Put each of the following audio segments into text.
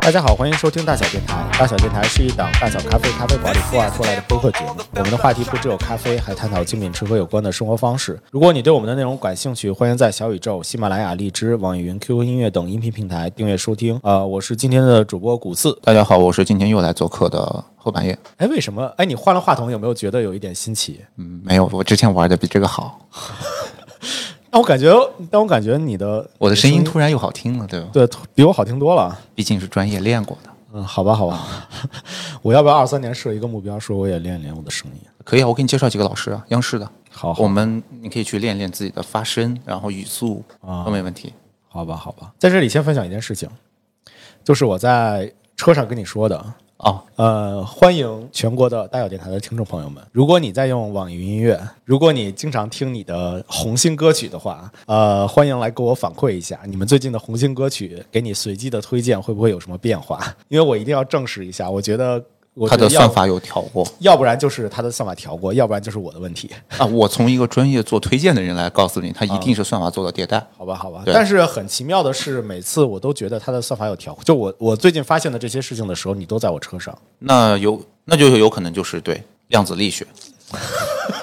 大家好，欢迎收听大小电台。大小电台是一档大小咖啡咖啡馆里孵化出来的播客节目。我们的话题不只有咖啡，还探讨精品吃喝有关的生活方式。如果你对我们的内容感兴趣，欢迎在小宇宙、喜马拉雅、荔枝、网易云、QQ 音乐等音频平台订阅收听。呃，我是今天的主播古四。大家好，我是今天又来做客的后半夜。哎，为什么？哎，你换了话筒，有没有觉得有一点新奇？嗯，没有，我之前玩的比这个好，但我感觉，但我感觉你的我的声音突然又好听了，对吧？对比我好听多了。毕竟是专业练过的。嗯，好吧，好吧， 我要不要二三年设一个目标，说我也练一练我的声音？可以啊，我给你介绍几个老师啊，央视的。好好我们你可以去练练自己的发声，然后语速啊都没问题。好吧，好吧，在这里先分享一件事情，就是我在车上跟你说的。哦，呃，欢迎全国的大小电台的听众朋友们，如果你在用网易云音乐，如果你经常听你的红心歌曲的话，呃，欢迎来给我反馈一下，你们最近的红心歌曲给你随机的推荐会不会有什么变化？因为我一定要证实一下，我觉得我它觉得的要算法有调过要不然就是他的算法调过，要不然就是我的问题。啊。我从一个专业做推荐的人来告诉你，它一定是算法做的迭代。好吧，好吧。对但是很奇妙的是，每次我都觉得它的算法有调。就我我最近发现的这些事情的时候，你都在我车上。那有，那就有可能就是对量子力学，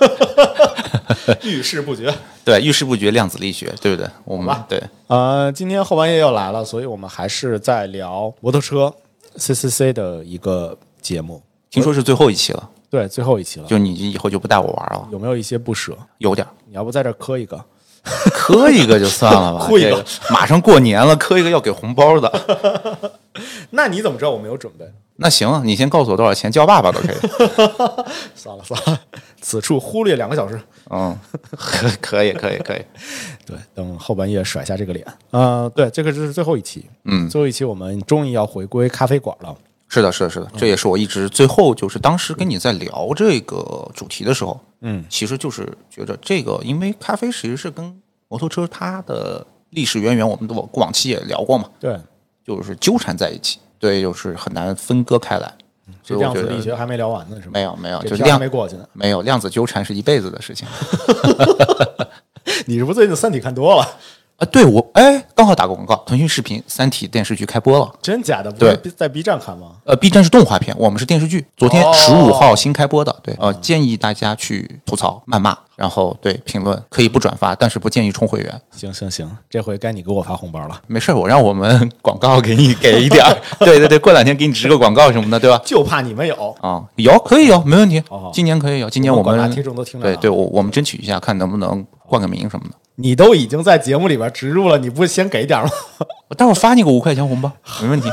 遇事不决。对遇事不决量子力学，对不对？我们对呃，今天后半夜又来了，所以我们还是在聊摩托车 CCC 的一个节目。听说是最后一期了，对，最后一期了，就你以后就不带我玩了，有没有一些不舍？有点儿。你要不在这儿磕一个？磕一个就算了 吧，磕一个这马上过年了，磕一个要给红包的。 那你怎么知道我没有准备？那行，你先告诉我多少钱，叫爸爸都可以。算了算了， 此处忽略两个小时。嗯，可可以，可以，可以。对，等后半夜甩下这个脸。呃，对，这个是最后一期。嗯最后一期我们终于要回归咖啡馆了。是的，是的，是的，这也是我一直最后就是当时跟你在聊这个主题的时候，嗯，其实就是觉得这个，因为咖啡其实是跟摩托车它的历史渊源，我们都往期也聊过嘛，对，就是纠缠在一起，对，就是很难分割开来。嗯这所以我量觉子力得学还没聊完呢，是吗？没有没有，这就票还量没过去呢。没有量子纠缠是一辈子的事情。你是不是最近《三体》看多了？啊，对我哎，刚好打个广告，腾讯视频《三体》电视剧开播了。真假的？不是对在 B 站看吗？呃，B 站是动画片，我们是电视剧。昨天哦十五号新开播的，对，呃，建议大家去吐槽、谩骂，然后对评论可以不转发，但是不建议充会员。行行行，这回该你给我发红包了。没事儿，我让我们 广告给你给一点儿， 对对对，过两天给你植个广告什么的，对吧？就怕你们有。啊、有可以有，没问题好好。今年可以有，今年我我哦们广大们听众都听哦着对呢对，我我们争取一下，看能不能冠个名什么的。你都已经在节目里边植入了，你不先给点吗？ 我待会儿发你个五块钱红包，没问题。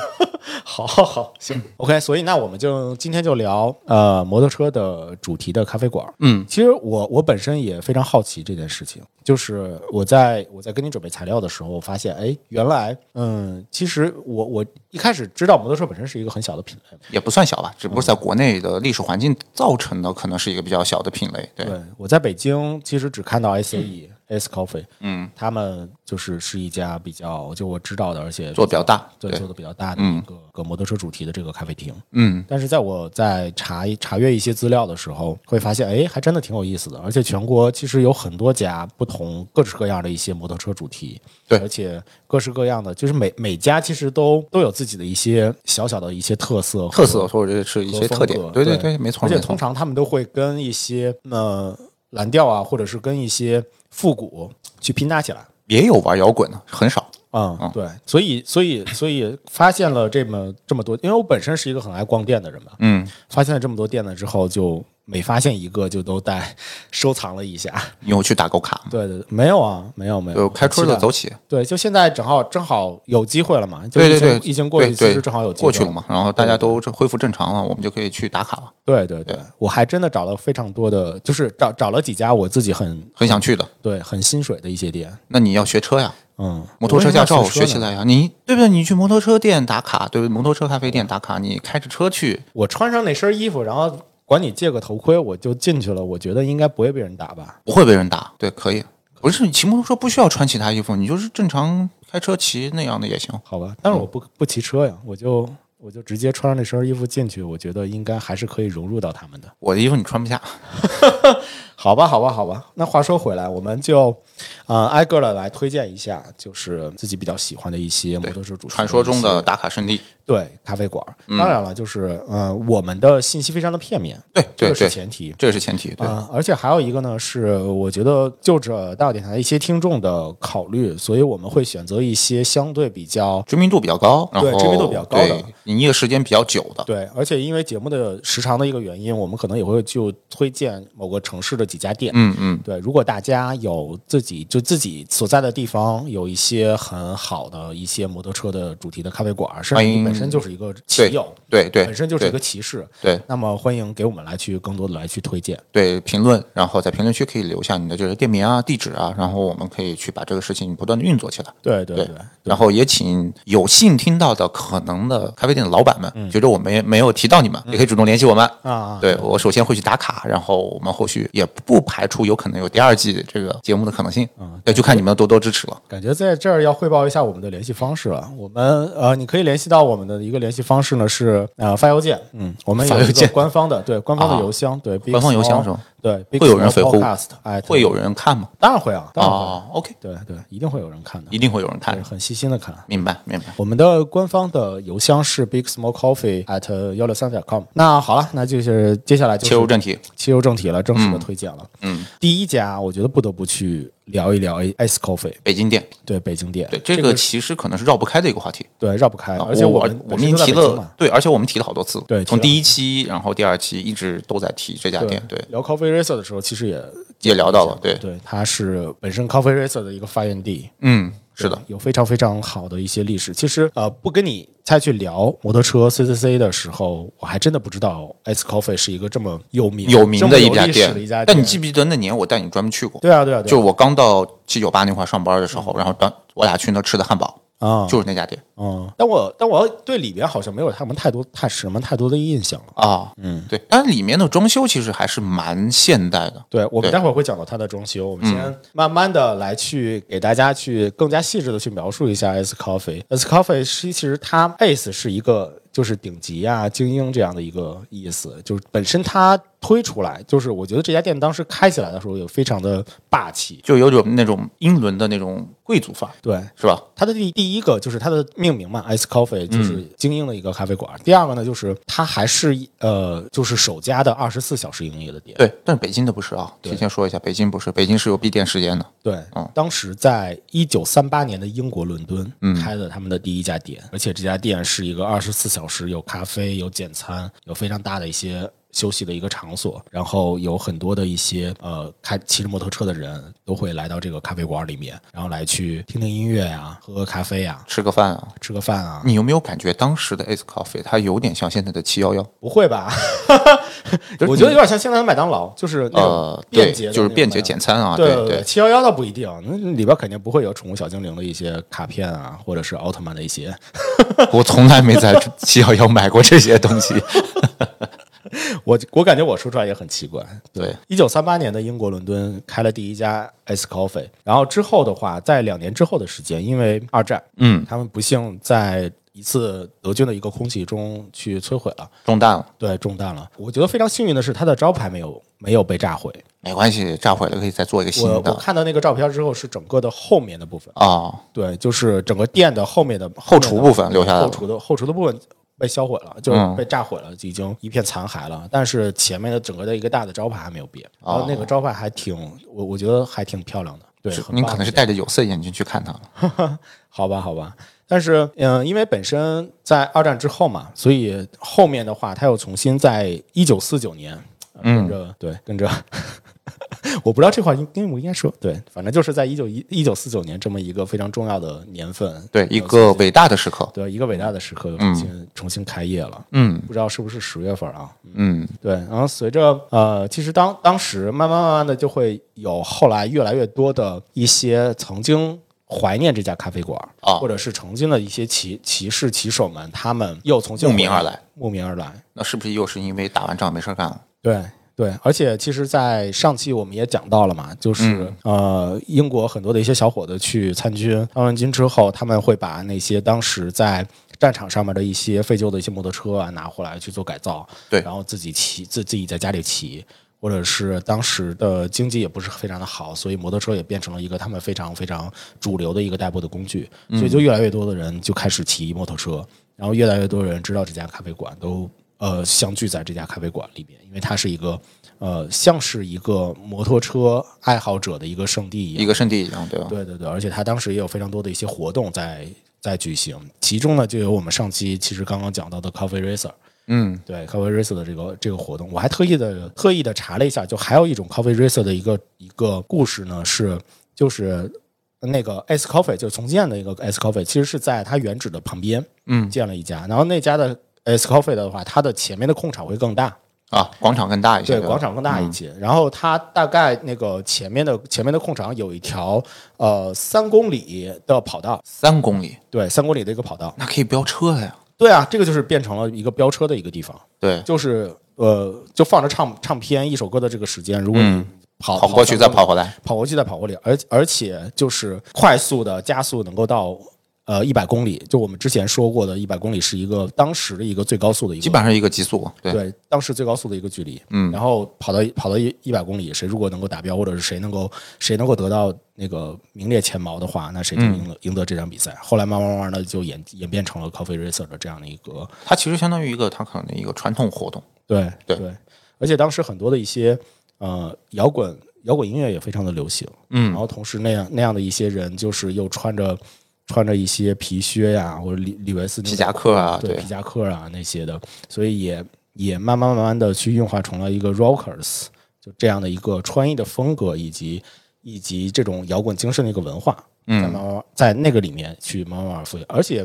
好，好，好，行，OK。所以那我们就今天就聊呃摩托车的主题的咖啡馆。嗯，其实我我本身也非常好奇这件事情，就是我在我在跟你准备材料的时候，我发现哎，原来嗯，其实我我一开始知道摩托车本身是一个很小的品类，也不算小吧，只不过在国内的历史环境造成的，可能是一个比较小的品类。对，对，我在北京其实只看到 SAE、S Coffee，嗯，他们就是是一家比较就我知道的，而且做得比较大。对对做，的比较大的一个、个摩托车主题的这个咖啡厅。嗯，但是在我在查一查阅一些资料的时候，会发现，哎，还真的挺有意思的。而且全国其实有很多家不同各式各样的一些摩托车主题，对而且各式各样的，就是每每家其实都都有自己的一些小小的一些特色和特色或者是一和些风特点格，对对对，没错而且没通错。常他们都会跟一些呃蓝调啊，或者是跟一些复古去拼搭起来。也有玩摇滚的，很少。嗯，对，所以所以所以发现了这么这么多，因为我本身是一个很爱逛店的人嘛，嗯，发现了这么多店呢之后，就每发现一个就都带收藏了一下。你有去打过卡吗？对对，对没有啊，没有没有，就嗯开春期的待走起，对，就现在正好正好有机会了嘛，就对疫对情对，疫情过去，对其对实正好有机会过去了嘛，然后大家都恢复正常了，我们就可以去打卡了，对对对，我还真的找了非常多的，就是找找了几家我自己很很想去的。对，很心水的一些店。那你要学车呀，嗯，摩托车驾照学起起来。来呀，你对不对？你去摩托车店打卡，对不对？摩托车咖啡店打卡，你开着车去，我穿上那身衣服，然后管你借个头盔，我就进去了。我觉得应该不会被人打吧？不会被人打，对，可以。不是你骑摩托车不需要穿其他衣服，你就是正常开车骑那样的也行。好吧，但是我不不骑车嗯呀，我就我就直接穿上那身衣服进去，我觉得应该还是可以融入到他们的。我的衣服你穿不下，好吧，好吧，好吧。那话说回来，我们就呃挨个的来推荐一下，就是自己比较喜欢的一些摩托车主持人传说中一的嗯些打卡圣地，对咖啡馆儿。当然了，就是呃我们的信息非常的片面，对这对个是对，前提。这个是前提，对，啊、而且还有一个呢，是我觉得就着大小电台一些听众的考虑，所以我们会选择一些相对比较知名度比较高，然对后知名度比较高的对营业时间比较久的，对，而且因为节目的时长的一个原因，我们可能也会就推荐某个城市的几家店。嗯嗯，对，如果大家有自己就自己所在的地方有一些很好的一些摩托车的主题的咖啡馆儿，甚至欢你迎本身就是一个骑对友，对对，本身就是一对个骑士，对那么欢迎给我们来去更多的来去推荐。对评论，然后在评论区可以留下你的这个店名啊、地址啊，然后我们可以去把这个事情不断的运作起来。对对对对然后也请有幸听到的可能的咖啡店的老板嗯们，觉得我们也没有提到你们，也可以主动联系我们。啊，对我首先会去打卡，然后我们后续也不排除有可能有第二季这个节目的可能性。嗯，对，就看你们多多支持了。感觉在这儿要汇报一下我们的联系方式了。我们呃，你可以联系到我们的一个联系方式呢是呃发邮件，嗯，我们有发一邮个件官方的对官方的啊邮箱，对官方邮箱是吗？对，会有人回复 podcast，哎，会有人看吗？当然会啊，当然会啊，哦，OK，对对，一定会有人看的一，定会有人对看。很细心的看。啊明白，明白。我们的官方的邮箱是 big small coffee at 幺六三点 com。那好了，那就是接下来就是切入正题，切入正题了，正式的推荐了。嗯，第一家我觉得不得不去聊一聊哎 Ice Coffee，北京店，对北京店，对这个其实可能是绕不开的一个话题。对绕不开，啊而且我们我我们已经提嘛了，，对，而且我们提了好多次，对提从了第一期，然后第二期一直都在提这家店，对，聊 Coffee Racer 的时候，其实也也聊到了，对，对，它是本身 Coffee Racer 的一个发源地，嗯，是的对，，有非常非常好的一些历史。其实呃，不跟你再去聊摩托车 CCC 的时候，我还真的不知道 S Coffee 是一个这么有名有名这么一有家历史店的一家，但你记不记得那年我带你专门去过？对啊对啊对啊，嗯就我刚到七九八那块上班的时候，然后当我俩去那吃的汉堡，啊就是那家店嗯，但我但我对里边好像没有他们太多太什么太多的印象了。啊，嗯，对，但是里面的装修其实还是蛮现代的，对，我们对待会儿会讲到它的装修，我们先慢慢的来去给大家去更加细致的去描述一下 S Coffee。S Coffee 是其实它 S 是一个就是顶级啊、精英这样的一个意思，就是本身它推出来，就是我觉得这家店当时开起来的时候也非常的霸气。就有种那种英伦的那种贵族范儿，对，是吧？它的第第一个就是它的命名嘛，Ice Coffee 就是精英的一个咖啡馆。第二个呢，就是它还是呃，就是首家的二十四小时营业的店。对，但是北京的不是啊，提前说一下，北京不是，北京是有闭店时间的，对，嗯当时在一九三八年的英国伦敦开的他们的第一家店，而且这家店是一个二十四小时有咖啡、有简餐、有非常大的一些。休息的一个场所，然后有很多的一些呃开骑着摩托车的人都会来到这个咖啡馆里面，然后来去听听音乐呀、喝喝咖啡呀、吃个饭啊，吃个饭啊。你有没有感觉当时的 Ace Coffee 它有点像现在的七幺幺？不会吧？ 我觉得有点像现在的麦当劳，就是那呃种，对便捷，的那种麦当劳，就是便捷简餐啊，对对对，，七幺幺倒不一定，那里边肯定不会有宠物小精灵的一些卡片啊，或者是奥特曼的一些。我从来 没在七幺幺买过这些东西。我我感觉我说出来也很奇怪。对，一九三八年的英国伦敦开了第一家 S Coffee，然后之后的话，在两年之后的时间，因为二战，嗯，他们不幸在一次德军的一个空袭中去摧毁了，中弹了，对，中弹了。我觉得非常幸运的是，它的招牌没有没有被炸毁。没关系，炸毁了可以再做一个新我我的看到那个照片之后，是整个的后面的部分，啊。对，就是整个店的后面的后厨部分留下来后了，厨的后厨的部分被销毁了，就是嗯被炸毁了，已经一片残骸了。但是前面的整个的一个大的招牌还没有变，然后那个招牌还挺，我我觉得还挺漂亮的。对，很您棒可哦能是戴着有色眼镜去看它了。好吧，好吧。但是，嗯、因为本身在二战之后嘛，所以后面的话，他又重新在一九四九年，呃跟嗯着、对，跟着， 我不知道这话应应不应该说，对，反正就是在一九一一九四九年这么一个非常重要的年份，对，一个伟大的时刻。对，一个伟大的时刻又重新、重新开业了。嗯不知道是不是十月份啊？嗯，对，然后随着呃，其实当当时慢慢慢慢的就会有后来越来越多的一些曾经怀念这家咖啡馆儿啊或者是曾经的一些骑骑士骑手们，他们又重新慕名回而来，慕名而来。那是不是又是因为打完仗没事儿干了？对对，而且其实，在上期我们也讲到了嘛，就是、呃，英国很多的一些小伙子去参军，参完军之后，他们会把那些当时在战场上面的一些废旧的一些摩托车啊拿回来去做改造，对然后自己骑，自自己在家里骑。或者是当时的经济也不是非常的好，所以摩托车也变成了一个他们非常非常主流的一个代步的工具，所以就越来越多的人就开始骑摩托车，然后越来越多人知道这家咖啡馆，都呃相聚在这家咖啡馆里面，因为它是一个呃像是一个摩托车爱好者的一个圣地一样一。个圣地一样，对吧？对对对，而且他当时也有非常多的一些活动在在举行，其中呢就有我们上期其实刚刚讲到的 Coffee Racer，嗯，对 Coffee Racer 的这个这个活动，我还特意的特意的查了一下，就还有一种 Coffee Racer 的一个一个故事呢，是就是那个 S Coffee 就是重建的一个 S Coffee，其实是在它原址的旁边，嗯建了一家，然后那家的 S Coffee 的话，它的前面的控场会更大，啊，广场更大一些，对，吧广场更大一些。然后它大概那个前面的前面的空场有一条呃三公里的跑道，三公里，对，三公里的一个跑道。那可以飙车了呀。对啊，这个就是变成了一个飙车的一个地方，对，就是呃，就放着唱唱片一首歌的这个时间，如果你跑、嗯跑过去再三公里跑回来，跑过去再跑过来，而而且就是快速的加速能够到。呃，一百公里，就我们之前说过的，一百公里是一个当时的一个最高速的一个基本上是一个极速。对，对，当时最高速的一个距离，嗯，然后跑到跑到一一百公里，谁如果能够达标，或者是谁能够谁能够得到那个名列前茅的话，那谁嗯就赢了、赢得这场比赛。后来慢慢慢慢的就演演变成了 Coffee Racer 的这样的一个它其实相当于一个它可能一个传统活动。对对而且当时很多的一些呃摇滚摇滚音乐也非常的流行，嗯，然后同时那样那样的一些人就是又穿着穿着一些皮靴呀、或者李李维斯那皮种夹克啊嗯对对皮夹克啊那些的，所以也也慢慢慢慢的去运化成了一个 rockers 就这样的一个穿衣的风格以及以及这种摇滚精神的一个文化。嗯在慢慢在那个里面去慢慢慢慢复原，而且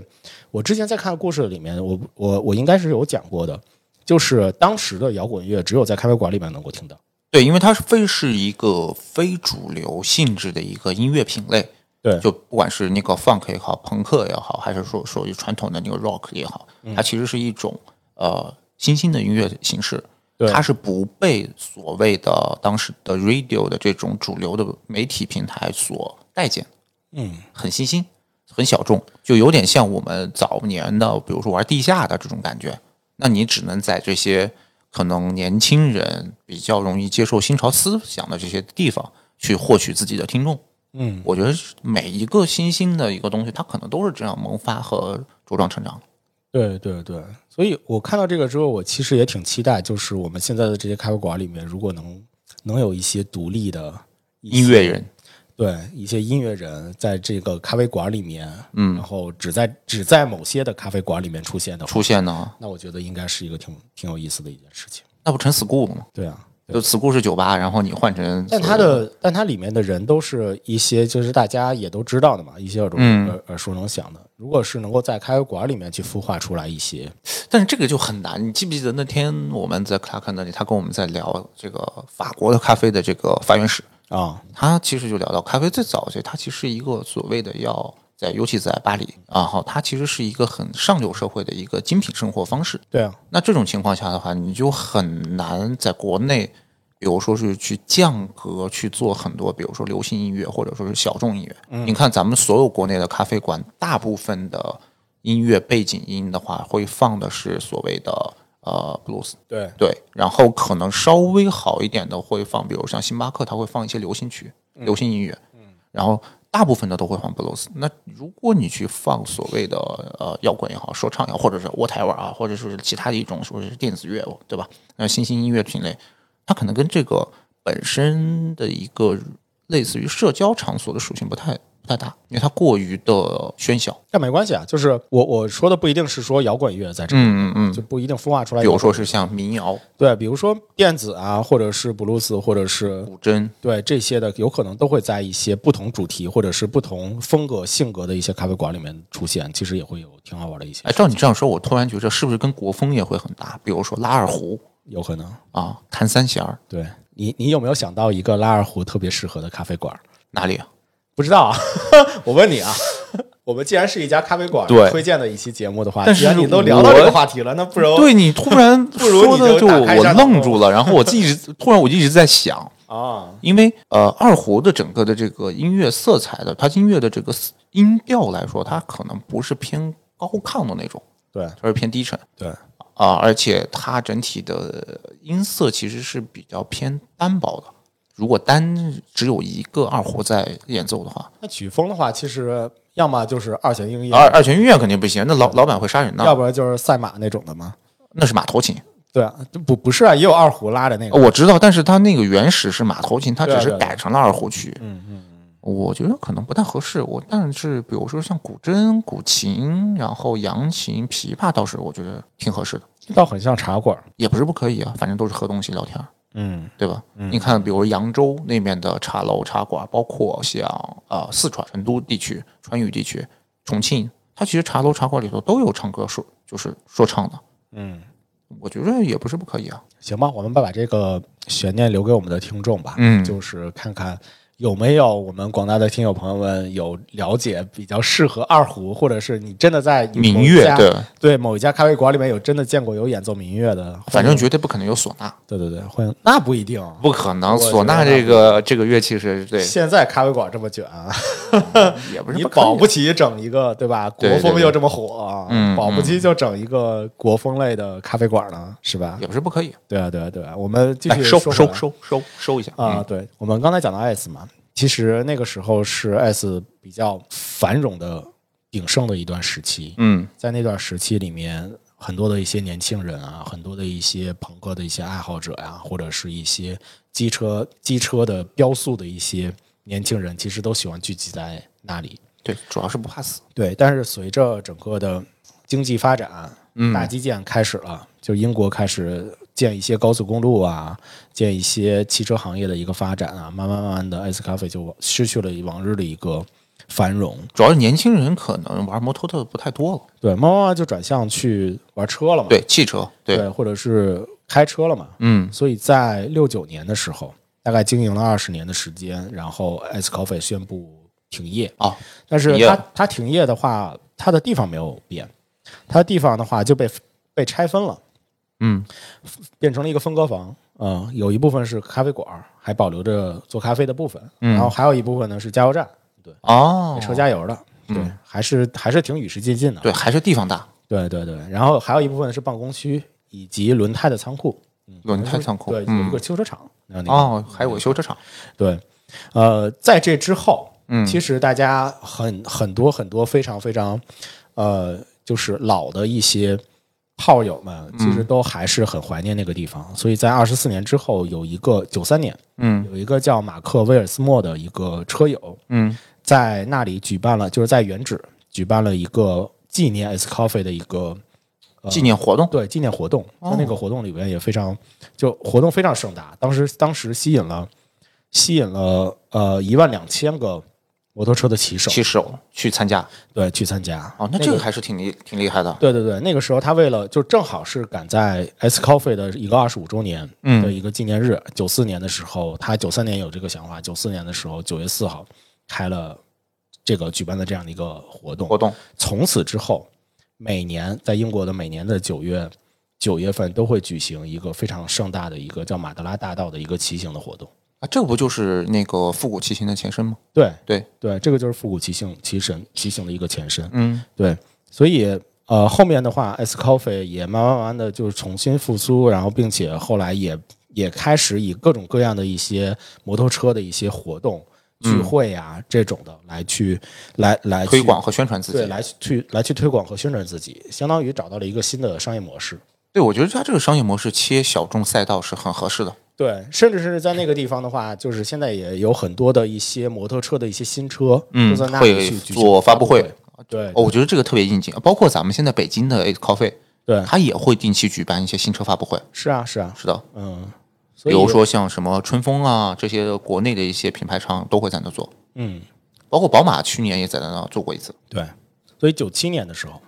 我之前在看的故事里面，我我我应该是有讲过的，就是当时的摇滚乐只有在咖啡馆里面能够听到。对，因为它是非是一个非主流性质的一个音乐品类。对就不管是那个 funk 也好，朋克也好，还是说属于传统的那个 rock 也好，嗯它其实是一种呃新兴的音乐形式。对它是不被所谓的当时的 radio 的这种主流的媒体平台所待见。嗯，很新兴，很小众，就有点像我们早年的，比如说玩地下的这种感觉。那你只能在这些可能年轻人比较容易接受新潮思想的这些地方去获取自己的听众。嗯，我觉得是每一个新兴的一个东西，它可能都是这样萌发和茁壮成长的。对对对，所以我看到这个之后，我其实也挺期待，就是我们现在的这些咖啡馆里面，如果能能有一些独立的一些音乐人，对一些音乐人在这个咖啡馆里面，嗯，然后只在只在某些的咖啡馆里面出现的话，出现呢，那我觉得应该是一个挺挺有意思的一件事情。那不成 school 了吗？对啊，就 school 是酒吧，然后你换成但它的但它里面的人都是一些就是大家也都知道的嘛，一些耳朵嗯耳耳熟能详的。如果是能够在咖啡馆里面去孵化出来一些，但是这个就很难。你记不记得那天我们在克拉克那里，他跟我们在聊这个法国的咖啡的这个发源史，啊、他其实就聊到咖啡最早这，它其实是一个所谓的要在，尤其在巴黎，然后它其实是一个很上流社会的一个精品生活方式。对啊，那这种情况下的话，你就很难在国内，比如说是去降格去做很多，比如说流行音乐或者说是小众音乐。你看咱们所有国内的咖啡馆，大部分的音乐背景音的话，会放的是所谓的呃 blues，对对，然后可能稍微好一点的会放，比如像星巴克，它会放一些流行曲、流行音乐，然后大部分的都会放布鲁斯。那如果你去放所谓的呃摇滚也好、说唱也好，或者是 whatever 啊，或者是其他的一种说是电子乐，对吧？那新兴音乐品类，它可能跟这个本身的一个类似于社交场所的属性不太不太大，因为它过于的喧嚣。但没关系啊，就是我我说的不一定是说摇滚乐在这里，嗯嗯嗯，就不一定孵化出来比摇如滚。说是像民谣、对，比如说电子啊，或者是布鲁斯，或者是古筝，对这些的，有可能都会在一些不同主题或者是不同风格、性格的一些咖啡馆里面出现，其实也会有挺好玩的一些，哎，照你这样说，我突然觉得是不是跟国风也会很搭？比如说拉二胡有可能。啊，弹三弦儿对你，你有没有想到一个拉二胡特别适合的咖啡馆？哪里啊？不知道啊， 我问你啊。我们既然是一家咖啡馆对推荐的一期节目的话，但是既然你都聊到我这个话题了，那不如对你突 然哦如说你就的就打开一我下脑愣洞住了，然后我自己一直突然我就一直在想，啊，因为呃，二胡的整个的这个音乐色彩的，它音乐的这个音调来说，它可能不是偏高亢的那种，对它是偏低沉。对啊、而且它整体的音色其实是比较偏单薄的。如果单只有一个二胡在演奏的话，那曲风的话，其实要么就是二弦音乐，二二弦音乐肯定不行，啊那老老板会杀人要的，不然就是赛马那种的嘛。那是马头琴。对啊，这不不是啊，也有二胡拉着那个。我知道，但是它那个原始是马头琴，它对只啊是对啊改成了二胡曲。嗯嗯，我觉得可能不太合适。我但是比如说像古筝、古琴，然后扬琴、琵琶，倒是我觉得挺合适的，这倒很像茶馆。也不是不可以啊，反正都是喝东西聊天儿，嗯，对吧？你看，比如扬州那边的茶楼、茶馆，包括像啊、呃四川、成都地区、川渝地区、重庆，它其实茶楼、茶馆里头都有唱歌说，就是说唱的。嗯，我觉得也不是不可以啊。行吧，我们把把这个悬念留给我们的听众吧。嗯就是看看有没有我们广大的听友朋友们有了解比较适合二胡，或者是你真的在某一民乐家对，对某一家咖啡馆里面有真的见过有演奏民乐的，反正绝对不可能有唢呐，对对对，欢迎那不一定。不可能。我觉得唢呐这个这个乐器是对，现在咖啡馆这么卷，啊也不是你不可以啊保不齐整一个对吧？国对对风对又这么火，啊嗯保不齐就整一个国风类的咖啡馆呢，是吧？也不是不可以。对啊，对啊，对啊。我们继来续哎收说回来收收收收一下啊、嗯对，我们刚才讲到 S 嘛，其实那个时候是 S 比较繁荣的鼎盛的一段时期，嗯在那段时期里面，很多的一些年轻人啊，很多的一些朋克的一些爱好者呀、或者是一些机车机车的标速的一些年轻人，其实都喜欢聚集在那里。对，主要是不怕死。对，但是随着整个的经济发展，嗯大基建开始了，就英国开始建一些高速公路啊，建一些汽车行业的一个发展啊，慢慢慢慢的，S 咖啡就失去了往日的一个繁荣，主要是年轻人可能玩摩托的不太多了，对，慢慢慢慢就转向去玩车了嘛，对汽车，对，对，或者是开车了嘛，嗯所以在六九年的时候，大概经营了二十年的时间，然后 S Coffee 宣布停业啊，但是停业它了它停业的话，它的地方没有变，它的地方的话就被被拆分了，嗯变成了一个分割房。嗯，有一部分是咖啡馆儿，还保留着做咖啡的部分，嗯然后还有一部分呢是加油站，哦给，车加油的。对，还是还是挺与时俱进的。嗯对，还是地方大，对对对，然后还有一部分是办公区以及轮胎的仓库，轮胎仓库对，，有一嗯个修车厂。那那个哦，还有个修车厂，对，呃，在这之后，嗯其实大家很很多很多非常非常，呃，就是老的一些炮友们，其实都还是很怀念那个地方。所以在二十四年之后，有一个九三年，嗯有一个叫马克威尔斯莫的一个车友，嗯在那里举办了，就是在原址举办了一个纪念 S Coffee 的一个。嗯纪念活动，对纪念活动，在那个活动里边也非常，就活动非常盛大，当时当时吸引了吸引了呃一万两千个摩托车的骑手骑手去参加，对去参加。哦，那这个还是挺厉挺厉害的，对对对，那个时候他为了就正好是赶在 S Coffee 的一个二十五周年嗯的一个纪念日，九四、年的时候，他九三年有这个想法，九四年的时候九月四号开了这个举办的这样的一个活动活，动，从此之后，每年在英国的每年的九月九月份都会举行一个非常盛大的一个叫马德拉大道的一个骑行的活动。啊，这不就是那个复古骑行的前身吗？对对，对，这个就是复古骑行骑神骑行的一个前身。嗯对，所以呃后面的话，S Coffee 也慢慢慢的就是重新复苏，然后并且后来也也开始以各种各样的一些摩托车的一些活动。聚会啊，这种的来去来来去嗯推广和宣传自己对，来去来去推广和宣传自己，相当于找到了一个新的商业模式。对，我觉得它这个商业模式切小众赛道是很合适的，对，甚至是在那个地方的话，就是现在也有很多的一些摩托车的一些新车，嗯都在那里会去举行做发布会会。对哦，我觉得这个特别应景，包括咱们现在北京的 A Coffee，对它也会定期举办一些新车发布会，是啊，是啊，是的，嗯，所比以如说像什么春风啊这些国内的一些品牌商都会在那做，嗯，包括宝马去年也在那做过一次，对，所以九七年的时候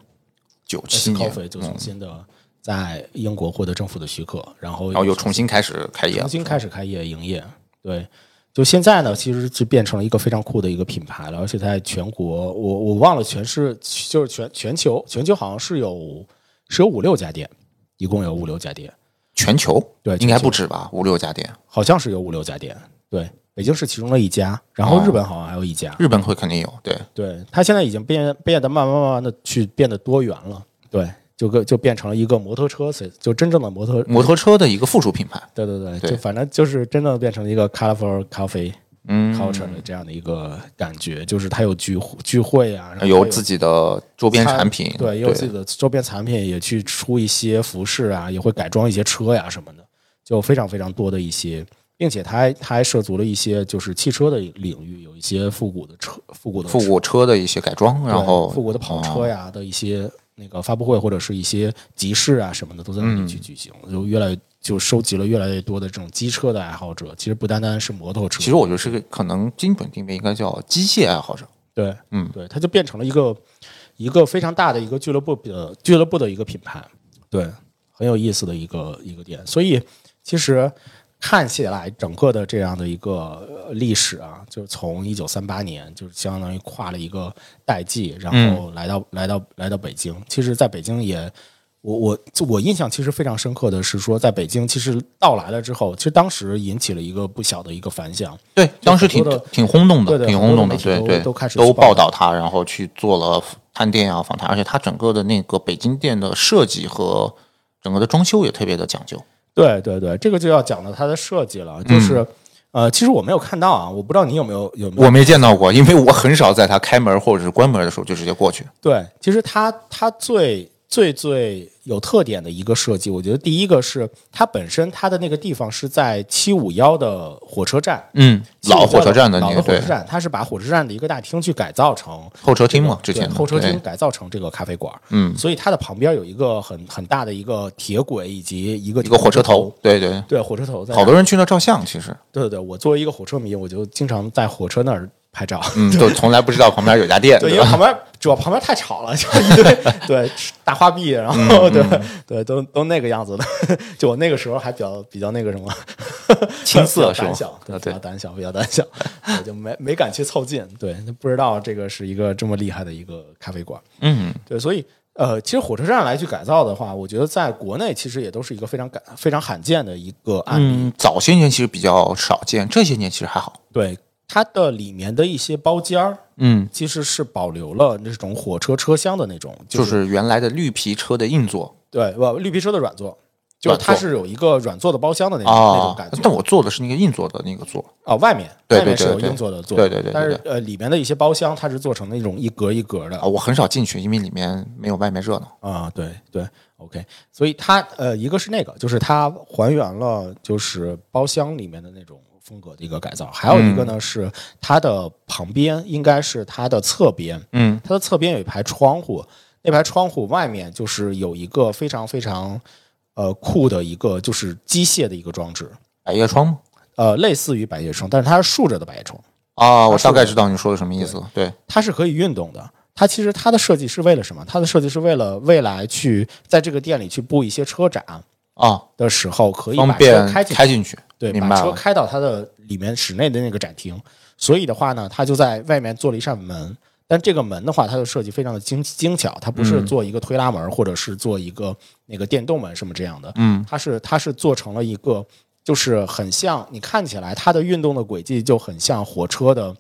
九七 S 年， Coffee 就嗯，重新的在英国获得政府的许可，然后然后又重新开始开业重了，新开始开业营业。对，就现在呢，其实就变成了一个非常酷的一个品牌了，而且在全国，我我忘了全市，就是全全球，全球好像是有是有五六家店，一共有五六家店，全球对应该全球不止吧，五六家店，好像是有五六家店。对，北京是其中的一家，然后日本好像还有一家。日本会肯定有，对，对，它现在已经变变得慢慢慢慢的去变得多元了。对，就跟就变成了一个摩托车，所以就真正的摩托摩托车的一个附属品牌。对对对，对就反正就是真正变成了一个 colorful coffee 嗯 culture 的这样的一个感觉，就是它有聚会聚会啊，然后有它自己的周边餐产品，对，也有自己的周边产品，也去出一些服饰啊，也会改装一些车呀、什么的，就非常非常多的一些，并且它还它还涉足了一些就是汽车的领域，有一些复古的车、复古的复车古车的一些改装，对然后哦复古的跑车呀、的一些那个发布会或者是一些集市啊什么的都在那嗯里去举行，就越来就收集了越来越多的这种机车的爱好者，其实不单单是摩托车，其实我觉得是个可能精准定位应该叫机械爱好者。对，嗯对，它就变成了一个一个非常大的一个俱乐部的俱乐部的一个品牌，对，很有意思的一个一个点。所以其实看起来整个的这样的一个呃历史啊，就是从一九三八年，就是相当于跨了一个代际，然后来到、来到来到北京。其实，在北京也。我我我印象其实非常深刻的是说，在北京其实到来了之后，其实当时引起了一个不小的一个反响，对，当时很挺多的挺轰动对的，对挺很多轰动的的，媒体对都对，都开始去都报报道他，然后去做了探店啊、访谈，而且他整个的那个北京店的设计和整个的装修也特别的讲究。对对对，这个就要讲到它的设计了，就是、嗯呃，其实我没有看到啊，我不知道你有没有有没有我没见到过，因为我很少在他开门或者是关门的时候就直接过去。对，其实它它最最最有特点的一个设计，我觉得第一个是它本身它的那个地方是在七五幺的火车站。嗯，老751火车站的老那的个火对车站，它是把火车站的一个大厅去改造成候车厅嘛，对之前的候车厅对改造成这个咖啡馆，嗯，所以它的旁边有一个很很大的一个铁轨以及一个一个火车头，，对对，对火车头在那好多人去那照相，其 实对对对，我作为一个火车迷，我就经常在火车那儿拍 照。嗯，就从来不知道旁边有家店，对，因对为啊吧？旁边主要旁边太吵了，就一堆对大花臂，然嗯后对对都都那个样子的。 就我那个时候还比较比较那个什么，青涩比较胆是吗小，对，啊比对较胆小，比较胆小，我就没没敢去凑近。对，不知道这个是一个这么厉害的一个咖啡馆。嗯，对，所以呃，其实火车站来去改造的话，我觉得在国内其实也都是一个非常感非常罕见的一个案例。嗯，早些年其实比较少见，这些年其实还好。对，它的里面的一些包间儿。嗯，其实是保留了那种火车车厢的那种，、就是是原来的绿皮车的硬座对不绿皮车的软座，就是软座它是有一个软座的包厢的那种、那种啊感，觉但我坐的是那个硬座的那个座。啊、外面对对外面是对有对硬座的座，对对对对但是呃里面的一些包厢它是做成那种一格一格的啊，我很少进去，因为里面没有外面热闹。啊、对对，OK，所以它呃一个是那个，就是它还原了就是包厢里面的那种。风格的一个改造，还有一个嗯呢、是它的旁边应该是它的侧边，嗯，它的侧边有一排窗户，那排窗户外面就是有一个非常非常呃酷的一个就是机械的一个装置，百叶窗吗？呃，类似于百叶窗，但是它是竖着的百叶窗，啊，我是的大概知道你说的什么意思了。对，它是可以运动的。它其实它的设计是为了什么？它的设计是为了未来去在这个店里去布一些车展啊，的时候，可以方把车便开进去。开进去。对，明把白车了。开到它的里面室内的那个展厅。所以的话呢，它就在外面做了一扇门，但这个门的话，它的设计非常的精精巧，它不嗯是做一个推拉门，或者是做一个那个电动门什么这样的，嗯，它是它是做成了一个，就是很像你看起来它的运动的轨迹就很像火车的，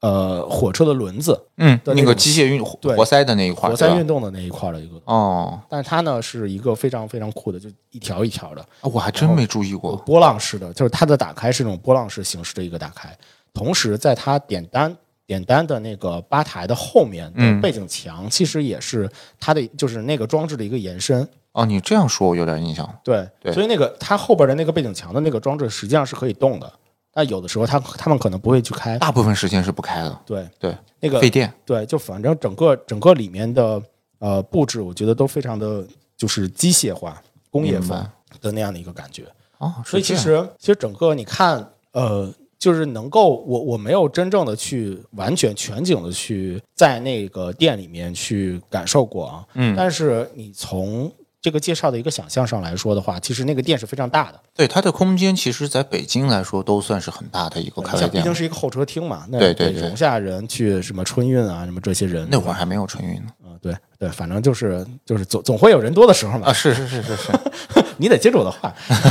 呃，火车的轮子嗯，的那那个种机械运活对活塞的那一块，活塞对吧运动的那一块的一个，哦，但是它呢是一个非常非常酷的，就一条一条的，啊我还真没注意有过。波浪式的，就是它的打开是那种波浪式形式的一个打开。同时，在它点单点单的那个吧台的后面的嗯背景墙，其实也是它的就是那个装置的一个延伸。哦，你这样说，我有点印象了。对，对所以那个它后边的那个背景墙的那个装置实际上是可以动的，但有的时候它他们可能不会去开。大部分时间是不开的，对，对，那个费电。对，就反正整个整个里面的呃布置，我觉得都非常的就是机械化、工业明风白的那样的一个感觉。哦，所以是其这样实其实整个你看，呃，就是能够我我没有真正的去完全全景的去在那个店里面去感受过啊，嗯，但是你从这个介绍的一个想象上来说的话，其实那个店是非常大的，对它的空间，其实在北京来说都算是很大的一个咖啡像毕店竟了。是一个候车厅嘛，那对对对容下人去什么春运啊，什么这些人那会儿还没有春运呢。嗯，对对，反正就是就是总总会有人多的时候嘛啊，，是是是是是，你得接着我的话。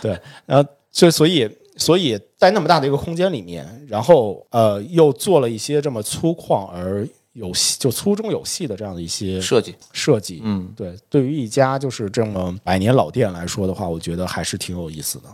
对，然后就所以所以在那么大的一个空间里面，然后呃又做了一些这么粗犷而有戏，就粗中有细的这样的一些设计，设计。嗯，对，对于一家就是这么百年老店来说的话，我觉得还是挺有意思的，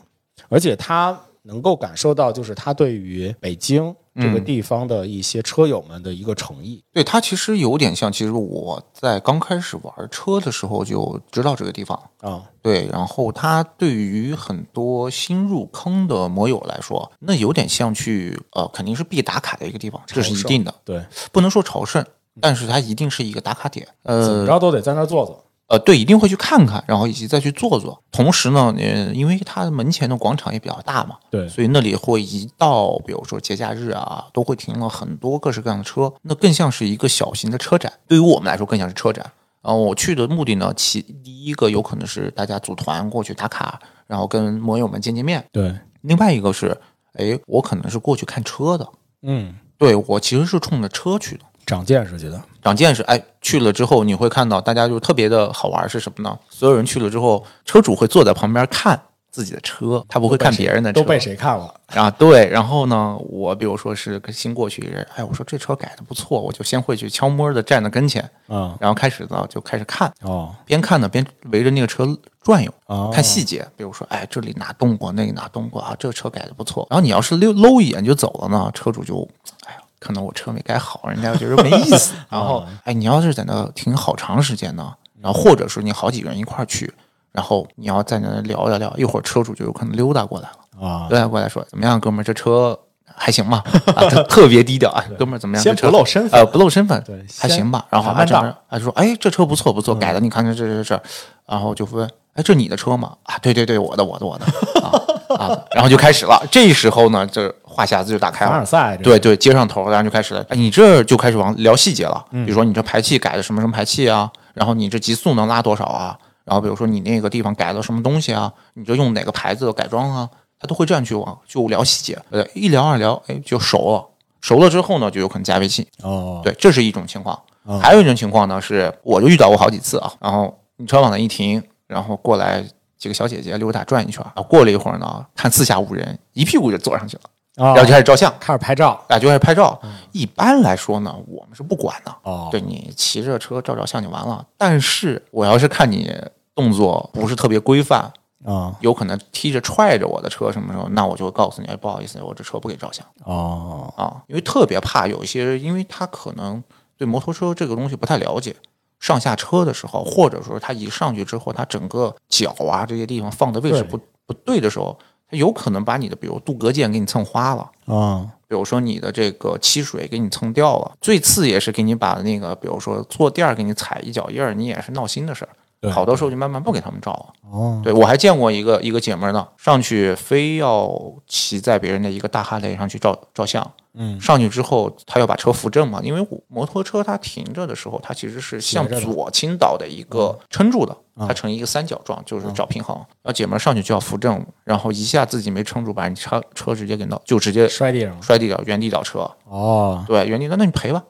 而且他能够感受到，就是他对于北京这嗯个地方的一些车友们的一个诚意。对，它其实有点像，其实我在刚开始玩车的时候就知道这个地方。啊、对，然后它对于很多新入坑的摩友来说，那有点像去呃，肯定是必打卡的一个地方，这是一朝圣嗯定的，对，不能说朝圣，但是它一定是一个打卡点。怎么呃着都得在那儿坐坐。呃，对，一定会去看看，然后以及再去坐坐。同时呢，呃，因为它门前的广场也比较大嘛，对，所以那里会一到，比如说节假日啊，都会停了很多各式各样的车，那更像是一个小型的车展，对于我们来说更像是车展。然后我去的目的呢，其第一个有可能是大家组团过去打卡，然后跟摩友们见见面；对，另外一个是，哎，我可能是过去看车的，嗯，对我其实是冲着车去的。长见识去的。长见识。哎，去了之后你会看到，大家就特别的好玩是什么呢？所有人去了之后，车主会坐在旁边看自己的车，他不会看别人的车。都被谁看了？ 啊？对。然后呢，我比如说是个新过去一个人，哎，我说这车改的不错，我就先会去悄摸的站在跟前，嗯，然后开始呢就开始看，哦，边看呢边围着那个车转悠。哦，看细节，比如说，哎，这里哪动过，那里哪动过啊，这个车改的不错。然后你要是溜搂一眼就走了呢，车主就，哎呀，可能我车没改好，人家觉得没意思。然后，哎，你要是在那停好长时间呢，然后或者是你好几个人一块儿去，然后你要在那聊一聊，一会儿车主就有可能溜达过来了，啊，溜达过来说，怎么样，哥们儿，这车还 行吧？啊，他特别低调，哎，哥们儿怎么样？先这车不露身份呃，不露身份，对还先行吧。然后慢嗯啊，慢这道人啊就说，哎，这车不错不错，改的，你看看这这这这，然后就问，哎，这你的车吗？啊，对对对，我的我的我的啊啊，然后就开始了。这时候呢，这话匣子就打开凡尔了。赛，这对对，接上头，然后就开始了。哎，你这就开始往聊细节了，比如说你这排气改的什么什么排气啊，然后你这极速能拉多少啊，然后比如说你那个地方改了什么东西啊，你这用哪个牌子的改装啊，他都会这样去往就聊细节。呃，一聊二聊，哎，就熟了。熟了之后呢，就有可能加微信。哦，对，这是一种情况嗯。还有一种情况呢，是我就遇到过好几次啊。然后你车往那一停，然后过来几个小姐姐溜达转一圈儿，啊，过了一会儿呢，看四下无人，一屁股就坐上去了，啊，然后就开始照相，开始拍照。啊，就开始拍照。一般来说呢，我们是不管的，哦，对你骑着车照照相就完了。但是我要是看你动作不是特别规范，啊，有可能踢着踹着我的车什么时候，那我就会告诉你，哎，不好意思，我这车不给照相。哦，啊，因为特别怕有一些，因为他可能对摩托车这个东西不太了解，上下车的时候，或者说他一上去之后，他整个脚啊这些地方放的位置对不不对的时候，他有可能把你的比如镀铬件给你蹭花了。啊，比如说你的这个漆水给你蹭掉了，最次也是给你把那个，比如说坐垫儿给你踩一脚印儿，你也是闹心的事对儿。好多时候就慢慢不给他们照了。哦，对我还见过一个一个姐们儿呢，上去非要骑在别人的一个大哈雷上去照照相，嗯，上去之后她要把车扶正嘛，因为我摩托车它停着的时候，它其实是向斜着的左倾倒的一个撑住的，嗯它成一个三角状，就是找平衡。然后姐们儿上去就要扶正，然后一下自己没撑住，把你车车直接给闹，就直接摔地上了。摔地了，原地倒车。哦，对，原地倒，那你赔吧，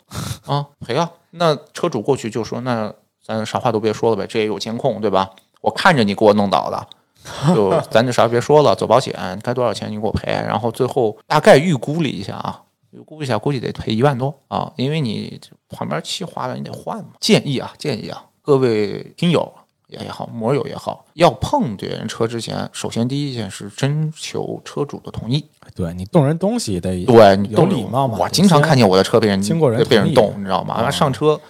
啊，赔啊。那车主过去就说，那咱啥话都别说了呗，这也有监控，对吧？我看着你给我弄倒的，就咱就啥别说了，走保险该多少钱你给我赔。然后最后大概预估了一下啊，预估一下估计得赔一万多啊，因为你旁边漆花了，你得换嘛。建议啊，建议啊，各位听友。也好，摩友也好，要碰别人车之前，首先第一件事征求车主的同意。对你动人东西得对，你有懂礼貌嘛我首经常先看见我的车被人经过人被同人意啊动，你知道吗？上车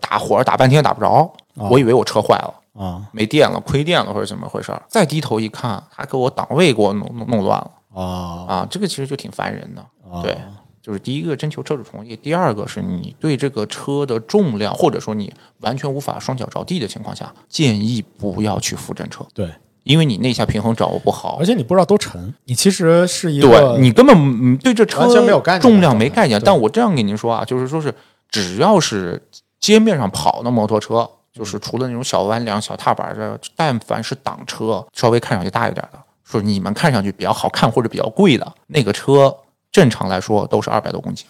打火打半天打不着，我以为我车坏了，啊没电了，亏电了或者怎么回事儿。再低头一看，还给我档位给我弄弄弄乱了啊啊！这个其实就挺烦人的。啊！对，就是第一个征求车主同意，第二个是你对这个车的重量，或者说你完全无法双脚着地的情况下，建议不要去扶正车，对，因为你那下平衡掌握不好而。且你不知道多沉，你其实是一个对你根本嗯对这车完全没有概念重量没概念。对但我这样跟您说啊，就是说是只要是街面上跑的摩托车，嗯就是除了那种小弯梁、小踏板的，但凡是挡车，稍微看上去大一点的，说你们看上去比较好看或者比较贵的那个车，正常来说都是二百多公斤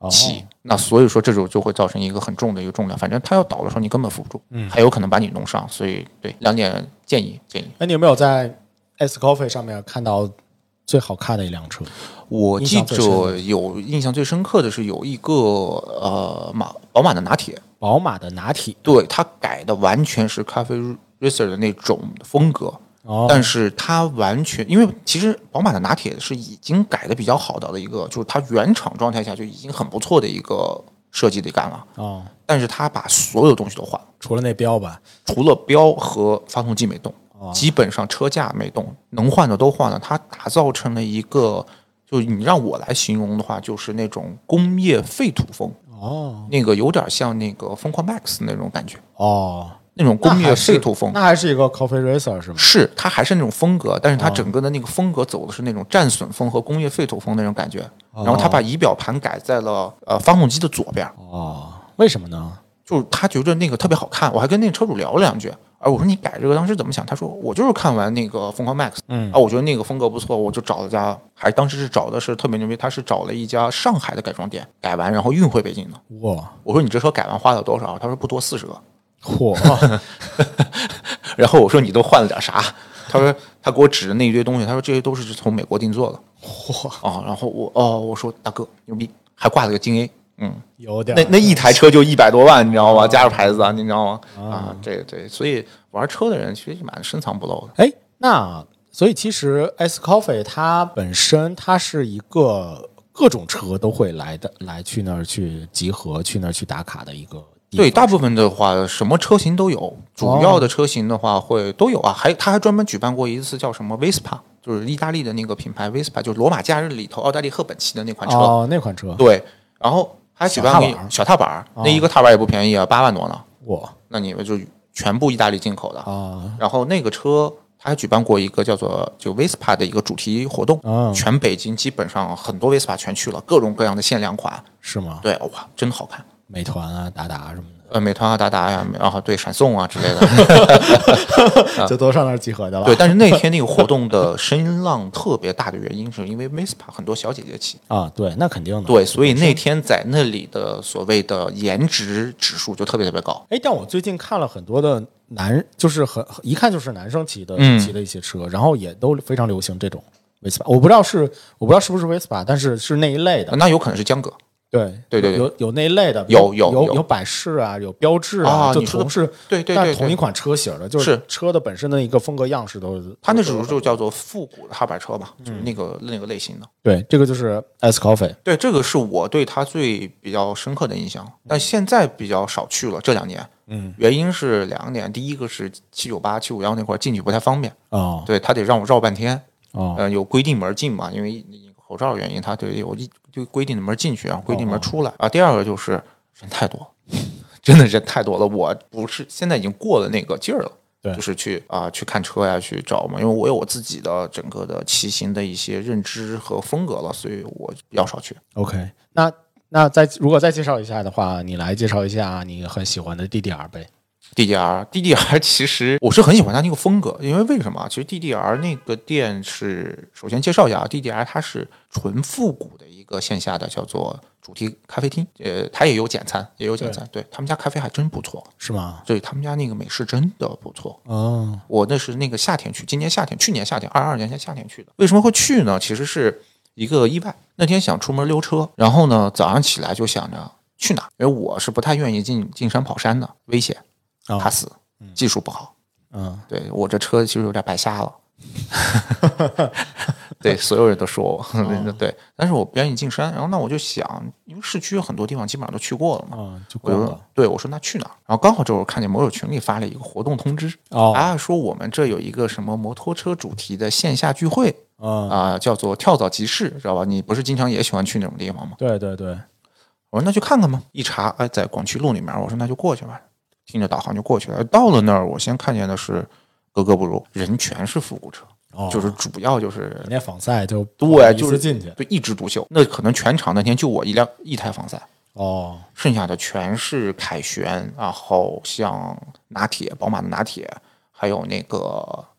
哦起。那所以说这种就会造成一个很重的一个重量，反正它要倒的时候你根本扶不住，嗯还有可能把你弄伤。所以对两点建议建议。哎，你有没有在 S Coffee 上面看到最好看的一辆车？我印记象最深着有印象最深刻的是有一个呃马宝马的拿铁，宝马的拿铁对它改的完全是咖啡 racer 的那种风格，哦，但是它完全因为其实宝马的拿铁是已经改的比较好的一个，就是它原厂状态下就已经很不错的一个设计的感了，哦，但是它把所有东西都换了，除了那标吧，除了标和发动机没动，哦基本上车架没动，能换的都换了，它打造成了一个。就你让我来形容的话，就是那种工业废土风，哦那个有点像那个疯狂 Max 那种感觉，哦，那种工那业还是废土风。那还是一个 coffee racer 是吗？是，它还是那种风格，但是哦它整个的那个风格走的是那种战损风和工业废土风那种感觉。哦然后它把仪表盘改在了呃发动机的左边儿，哦，为什么呢？就是他觉得那个特别好看。我还跟那个车主聊了两句，啊而我说你改这个当时怎么想？他说我就是看完那个疯狂 Max，嗯啊，我觉得那个风格不错，我就找了家，还当时是找的是特别牛逼，他是找了一家上海的改装店，改完然后运回北京的。哇，我说你这车改完花了多少？他说不多，四十个。 嚯，然后我说你都换了点啥？他说他给我指着那一堆东西，他说这些都是从美国定做的。嚯啊！然后我哦，我说大哥牛逼，还挂了个京 A。嗯，有点那那一台车就一百多万，你知道吗？加上牌子啊，你知道吗？啊，对对，所以玩车的人其实蛮深藏不露的。哎，那所以其实 S Coffee 它本身它是一个各种车都会来的，来去那儿去集合，去那儿去打卡的一个地对，方哦大部分的话，什么车型都有，主要的车型的话会都有啊。还他还专门举办过一次叫什么 Vespa，就是意大利的那个品牌 Vespa，就是罗马假日里头奥黛丽·赫本骑的那款车。哦，那款车对，然后还举办过一小踏板儿哦小踏板儿，那一个踏板儿也不便宜啊，八万多呢。我那你们就全部意大利进口的。啊然后那个车，他还举办过一个叫做就 Vespa 的一个主题活动，嗯全北京基本上很多 Vespa 全去了，各种各样的限量款。是吗？对，哇，真好看。美团啊、达达什么呃，美团啊、达达呀、然后对闪送啊之类的，的，就都上那儿集合的了。啊对。但是那天那个活动的声浪特别大的原因，是因为 Vespa 很多小姐姐骑，啊，对，那肯定的。对，所以那天在那里的所谓的颜值指数就特别特别高。哎，但我最近看了很多的男，就是很一看就是男生骑的、嗯骑的一些车，然后也都非常流行这种 Vespa。我不知道是我不知道是不是 Vespa，但是是那一类的。那有可能是江哥，对对对对有有那一类的，有有有有有百事啊，有标志啊就你说的同是对对但对同对一款车型的，就是车的本身的一个风格样式都是。他那时候就叫做复古的踏板车吧，就是那个那个类型的。对，这个就是 S Coffee 对，这个是我对他最比较深刻的印象，嗯但现在比较少去了。这两年，嗯，原因是两个点，第一个是七九八、七五幺那块儿进去不太方便，哦对他得让我绕半天，哦呃，有规定门进嘛，因为口罩原因，他得有一就规定的门进去，然后规定哦门出来啊。第二个就是人太多， 真的人太多了，我不是现在已经过了那个劲儿了。对就是去啊、去看车呀，去找嘛，因为我有我自己的整个的骑行的一些认知和风格了，所以我比较少去。 ，OK，那那再如果再介绍一下的话，你来介绍一下你很喜欢的 DDR 呗。 DDR DDR 其实我是很喜欢它那个风格，因为为什么啊？其实 DDR 那个店是首先介绍一下啊，DDR 它是纯复古的一个线下的叫做主题咖啡厅，呃，它也有简餐，也有简餐，对他们家咖啡还真不错，是吗？对他们家那个美式真的不错。哦，我那是那个夏天去，今年夏天，去年夏天，二二年夏天去的。为什么会去呢？其实是一个意外。那天想出门溜车，然后呢，早上起来就想着去哪儿，因为我是不太愿意进进山跑山的，危险。哦怕死，技术不好。嗯，对我这车其实有点白瞎 了。对，所有人都说哦我，对，但是我不愿意进山。然后那我就想，因为市区很多地方基本上都去过了嘛，嗯，就我过就了说。对我说那去哪儿？然后刚好这会儿看见摩友群里发了一个活动通知，哦，啊，说我们这有一个什么摩托车主题的线下聚会嗯，啊、叫做跳蚤集市，知道吧？你不是经常也喜欢去那种地方吗？对对对，我说那去看看吧。一查，哎，在广渠路里面。我说那就过去吧，听着导航就过去了。到了那儿，我先看见的是格格不入，人全是复古车，哦，就是主要就是你那仿赛就对，就一次是进去对，一枝独秀。那可能全场那天就我一辆一台防晒，哦，剩下的全是凯旋，然后像拿铁、宝马的拿铁，还有那个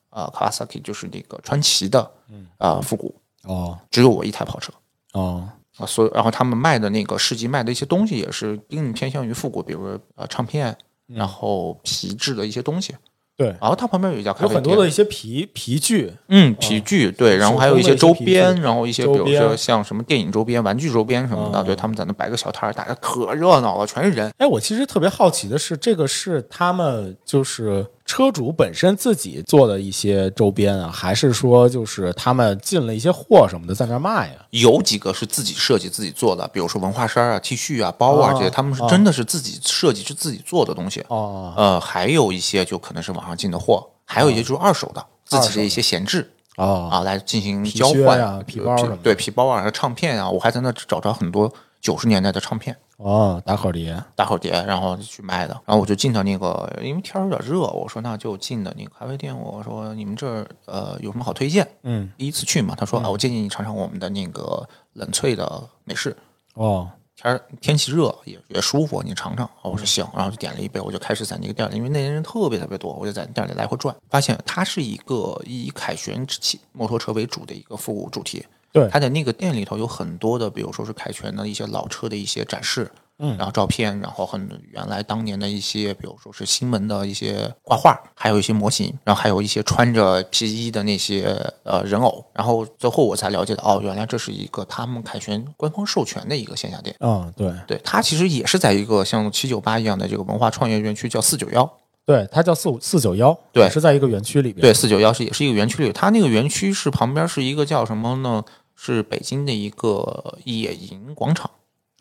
呃 Kawasaki，就是那个川崎的，嗯，啊复古，哦只有我一台跑车。哦啊，所以然后他们卖的那个市集卖的一些东西嗯也是更偏向于复古，比如说呃唱片，然后皮质的一些东西。对，然后它旁边有一家咖有啡店，很多的一些皮皮具，嗯皮具，对，然后还有一些周手工的一些边皮，具然后一些周比如边哦说像什么电影周边、玩具周边什么的，对他们在那摆个小摊儿，大家可热闹了，全是人。哎，我其实特别好奇的是，这个是他们就是车主本身自己做的一些周边啊，还是说就是他们进了一些货什么的在那儿卖呀、有几个是自己设计、自己做的，比如说文化衫啊、T 恤啊、包啊啊这些，他们是啊真的是自己设计、是自己做的东西。哦，呃，还有一些就可能是网上进的货，还啊有一些就是二手的，自己的一些闲置哦，啊，来进行皮交靴换呀皮包什么的对皮包啊、还有唱片啊，我还在那找着很多九十年代的唱片。哦，打口碟，打口碟，然后去卖的。然后我就进到那个，因为天儿有点热，我说那就进的那个咖啡店。我说你们这儿呃有什么好推荐？嗯，第一次去嘛，他说啊，我建议你尝尝我们的那个冷萃的美式。哦，天儿天气热也也舒服，你尝尝。啊我说行，然后就点了一杯，我就开始在那个店里，因为那天人特别特别多，我就在店里来回转，发现它是一个以凯旋之气摩托车为主的一个复古主题。对它在那个店里头有很多的，比如说是凯旋的一些老车的一些展示，嗯，然后照片，然后很原来当年的一些，比如说是新闻的一些挂画，还有一些模型，然后还有一些穿着皮衣的那些呃人偶，然后最后我才了解到，哦，原来这是一个他们凯旋官方授权的一个线下店。嗯，对，对，它其实也是在一个像七九八一样的这个文化创业园区，叫四九幺。对，它叫四五四九幺，对也是在一个园区里边，对，，四九幺是也是一个园区里，它那个园区是旁边是一个叫什么呢？是北京的一个野营广场，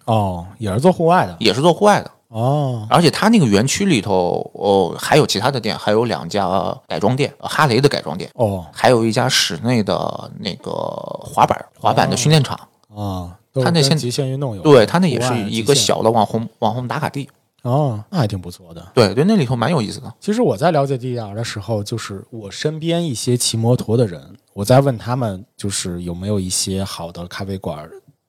哦，也是做户外的，也是做户外的。哦，而且它那个园区里头，哦，还有其他的店，还有两家呃改装店，呃哈雷的改装店，哦，还有一家室内的那个滑板滑哦板的训练场。啊，都是它那跟现极限运动有关，对，它那也户是外一个极限，小的网红网红打卡地。哦，那还挺不错的，对对，那里头蛮有意思的。其实我在了解 DDR 的时候，就是我身边一些骑摩托的人，我在问他们就是有没有一些好的咖啡馆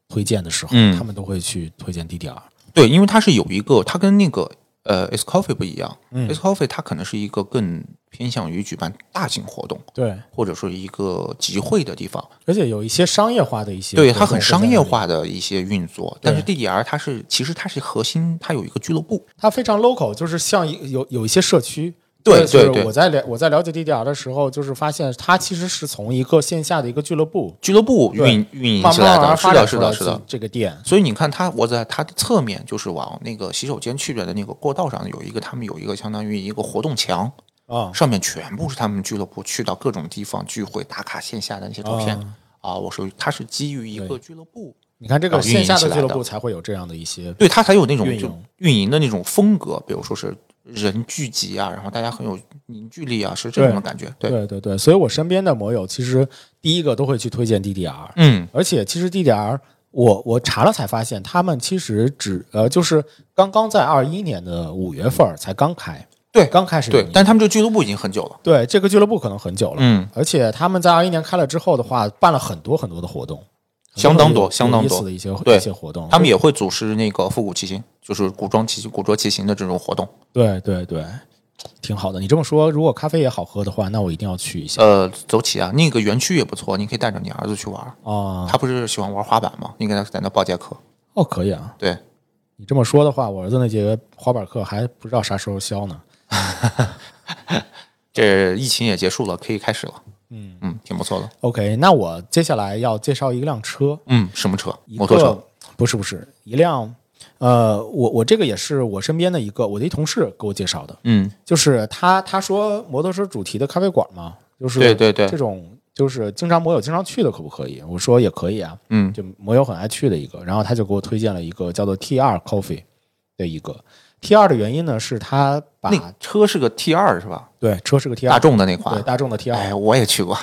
推荐的时候，嗯他们都会去推荐 DDR。对，因为它是有一个，它跟那个呃 S Coffee 不一样、s 嗯 Coffee 它可能是一个更偏向于举办大型活动对，或者说一个集会的地方，而且有一些商业化的一些，对它很商业，化的一些运作。但是对 DDR 它是其实它是核心，它有一个俱乐部，它非常 local，就是像一有有一些社区。对就是对对我在了我在了解 DDR 的时候，就是发现它其实是从一个线下的一个俱乐部俱乐部运运营慢起慢来慢的，慢是发展的，是出来的，是的。这个店。所以你看它，我在它的侧面就是往那个洗手间去的那个过道上有一个，他们有一个相当于一个活动墙，啊、上面全部是他们俱乐部去到各种地方聚会打卡线下的那些照片啊啊我说它是基于一个俱乐部，你看这个啊运营线下起的来俱乐的部才会有这样的一些对它才有那种运营就运营的那种风格，比如说是人聚集啊，然后大家很有凝聚力啊，是这种的感觉。对，对对对，所以我身边的摩友其实第一个都会去推荐 DDR，嗯，而且其实 DDR 我我查了才发现，他们其实只呃就是刚刚在二一年的五月份儿才刚开，对刚开始对营，业但他们这个俱乐部已经很久了。对这个俱乐部可能很久了，嗯，而且他们在二一年开了之后的话，办了很多很多的活动，相当多很有相当有意多思的一些对一些活动，他们也会组织那个复古骑行，就是古装骑古着骑行的这种活动。对对对，挺好的。你这么说，如果咖啡也好喝的话，那我一定要去一下呃，走起啊，那个园区也不错，你可以带着你儿子去玩儿。啊、他不是喜欢玩滑板吗？你给他在那报节课。哦，可以啊，对，你这么说的话，我儿子那节滑板课还不知道啥时候消呢。这疫情也结束了，可以开始了。嗯嗯，挺不错的。 OK，那我接下来要介绍一辆车，嗯，什么车？一摩托车。个不是不是一辆，呃，我我这个也是我身边的一个我的一同事给我介绍的，嗯，就是他他说摩托车主题的咖啡馆嘛，就是对对对这种就是经常摩友经常去的可不可以？我说也可以啊，嗯就摩友很爱去的一个，然后他就给我推荐了一个叫做 TR Coffee 的一个 TR 的原因呢是他把那车是个 T 二是吧？对车是个 TR 大众的那对款。大众的 T 二、哎，我也去过，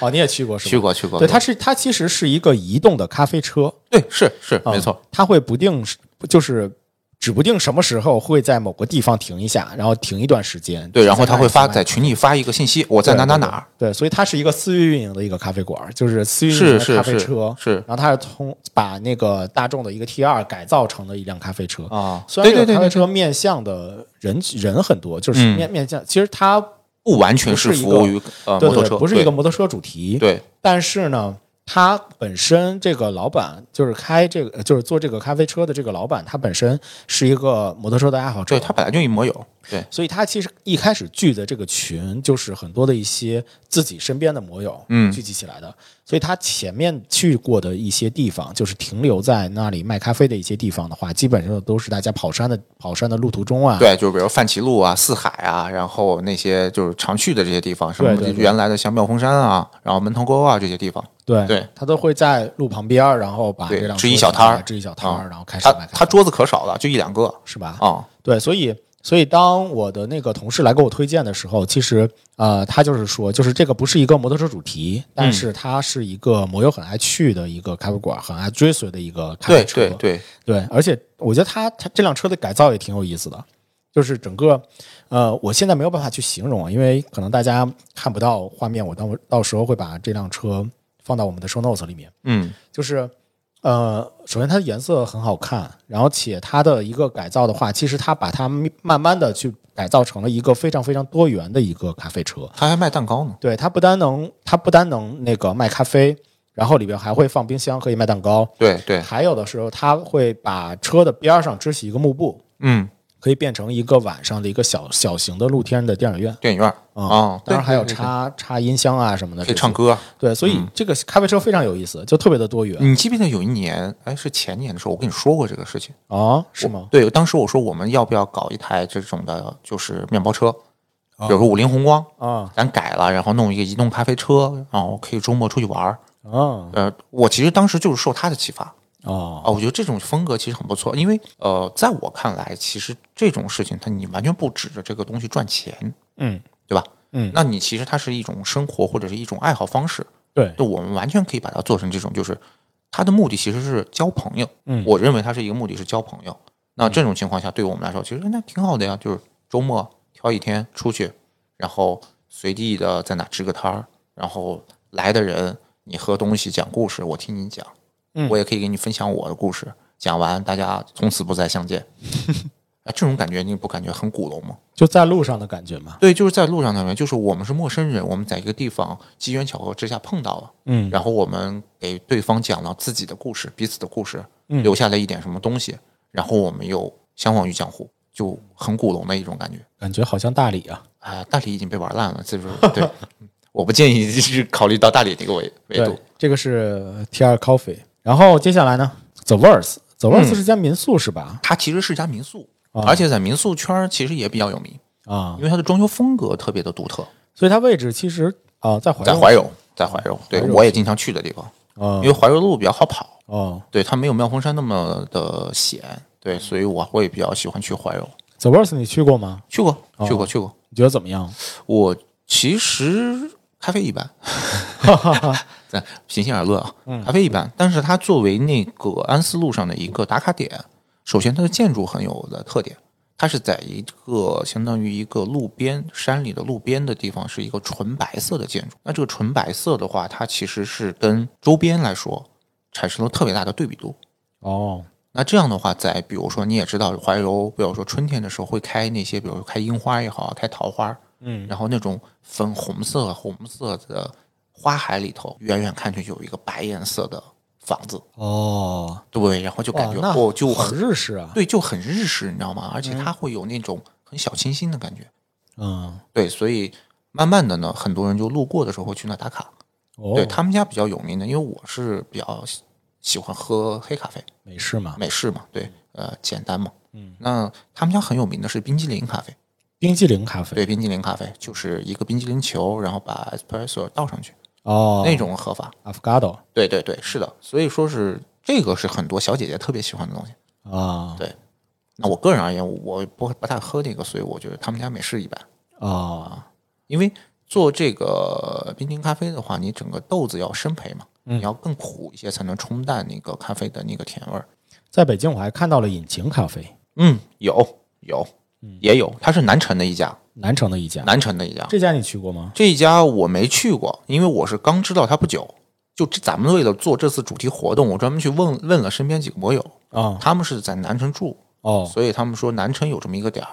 哦，你也去过是吧？去过，去过。对，它是它其实是一个移动的咖啡车，对，是是啊没错。，它会不定时就是指不定什么时候会在某个地方停一下，然后停一段时间。对，然后在那他儿会发停在群里发一个信息，我在哪哪哪儿。对，所以它是一个私域运营的一个咖啡馆，就是私域运营是的是咖啡是车。是然后它是通把那个大众的一个 T 二改造成了一辆咖啡车。啊，虽对然这个对对咖啡对，对车面向的人人很多，就是嗯面、面向，其实它不完全不是一服个务于呃对摩托对车，对不是一个摩托车主题，对但是呢，他本身这个老板就是开这个，就是做这个咖啡车的这个老板，他本身是一个摩托车的爱好者。对，他本来就一摩友，对所以他其实一开始聚的这个群，就是很多的一些自己身边的摩友，嗯聚集起来的。所以他前面去过的一些地方，就是停留在那里卖咖啡的一些地方的话，基本上都是大家跑山的跑山的路途中啊，对，就比如范齐路啊、四海啊，然后那些就是常去的这些地方，什么对对对原来的像妙峰山啊，然后门头沟啊这些地方，对对他都会在路旁边儿，然后把对这辆支一车小停下来摊儿嗯支一小摊儿，然后开始他卖咖他啡，桌子可少了，就一两个是吧？啊、对，所以所以当我的那个同事来给我推荐的时候，其实呃，他就是说，就是这个不是一个摩托车主题，但嗯是它是一个摩友很爱去的一个咖啡馆，很爱追随的一个咖啡对车。对对，对而且我觉得他他这辆车的改造也挺有意思的。就是整个，呃，我现在没有办法去形容啊，因为可能大家看不到画面，我到到时候会把这辆车放到我们的 show notes 里面。嗯，就是呃，首先它的颜色很好看，然后且它的一个改造的话，其实它把它慢慢的去改造成了一个非常非常多元的一个咖啡车。他还卖蛋糕呢，对，它不单能它不单能那个卖咖啡，然后里边还会放冰箱，可以卖蛋糕。对对，还有的时候，它会把车的边儿上支起一个幕布，嗯，可以变成一个晚上的一个小小型的露天的电影院。电影院啊、嗯哦当然还有对对插插音箱啊什么的，可以唱嗯这些。歌。对，所以这个咖啡车非常有意思，就特别的多元你记不记得有一年，哎，是前年的时候，我跟你说过这个事情，啊，是吗？对，当时我说我们要不要搞一台这种的，就是面包车，哦比如说五菱宏光，啊咱改了，然后弄一个移动咖啡车，然后可以周末出去玩儿。啊呃，我其实当时就是受他的启发啊、哦，我觉得这种风格其实很不错，因为呃，在我看来，其实这种事情它你完全不指着这个东西赚钱，嗯，对吧？嗯那你其实它是一种生活或者是一种爱好方式，对，就我们完全可以把它做成这种，就是它的目的其实是交朋友。嗯我认为它是一个目的是交朋友。那这种情况下，对我们来说，其实那挺好的呀，就是周末挑一天出去，然后随地的在哪支个摊儿，然后来的人你喝东西讲故事，我听你讲，嗯我也可以给你分享我的故事。讲完，大家从此不再 相见。啊，这种感觉你不感觉很古龙吗？就在路上的感觉嘛。对，就是在路上的人，就是我们是陌生人，我们在一个地方机缘巧合之下碰到了，嗯然后我们给对方讲了自己的故事，彼此的故事，嗯留下了一点什么东西，然后我们又相忘于江湖，就很古龙的一种感觉。感觉好像大理啊。啊、大理已经被玩烂了，这就是对。 嗯我不建议是考虑到大理这个维维度对。，这个是 T R Coffee。然后接下来呢，The Verse，The 嗯 Verse 是家民宿是吧？它其实是一家民宿，啊而且在民宿圈儿其实也比较有名，啊因，为它的装修风格特别的独特。所以它位置其实啊在怀在柔怀柔，在怀柔，对怀柔我也经常去的地方，啊因为怀柔路比较好跑，哦对它没有妙峰山那么的险，对，所以我会比较喜欢去怀柔。 ，The Verse 你去过吗？去过，去过，去过。你觉得怎么样？我其实咖啡一般，咱平心而论啊，咖啡一般。但是它作为那个安思路上的一个打卡点，首先它的建筑很有的特点，它是在一个相当于一个路边山里的路边的地方，是一个纯白色的建筑。那这个纯白色的话，它其实是跟周边来说产生了特别大的对比度。哦，那这样的话，在比如说你也知道怀柔，比如说春天的时候会开那些，比如说开樱花也好啊，开桃花，嗯，然后那种粉红色、红色的花海里头，远远看去有一个白颜色的房子，哦，对，然后就感哇觉那嗯哦，就好很日式啊。对，就很日式，你知道吗？而且它会有那种很小清新的感觉，嗯，对，所以慢慢的呢，很多人就路过的时候会去那打卡。哦，对他们家比较有名的，因为我是比较喜喜欢喝黑咖啡，美式嘛，美式嘛，对，呃，简单嘛。嗯，那他们家很有名的是冰激凌咖啡，冰激凌咖啡对，冰激凌咖啡就是一个冰激凌球，然后把 espresso 倒上去，哦，那种合法。 Afgado 对对对，是的，所以说是这个是很多小姐姐特别喜欢的东西。啊对，那我个人而言，我不不太喝那个，所以我觉得他们家美式一般。啊，因为做这个冰激凌咖啡的话，你整个豆子要生焙嘛，你要更苦一些才能冲淡那个咖啡的那个甜味儿。在北京我还看到了引擎咖啡，嗯，有有也有，它是南城的一家，南城的一家，南城的一家。这家你去过吗？这一家我没去过，因为我是刚知道它不久。就这咱们为了做这次主题活动，我专门去问问了身边几个摩友，啊他们是在南城住，哦所以他们说南城有这么一个点儿。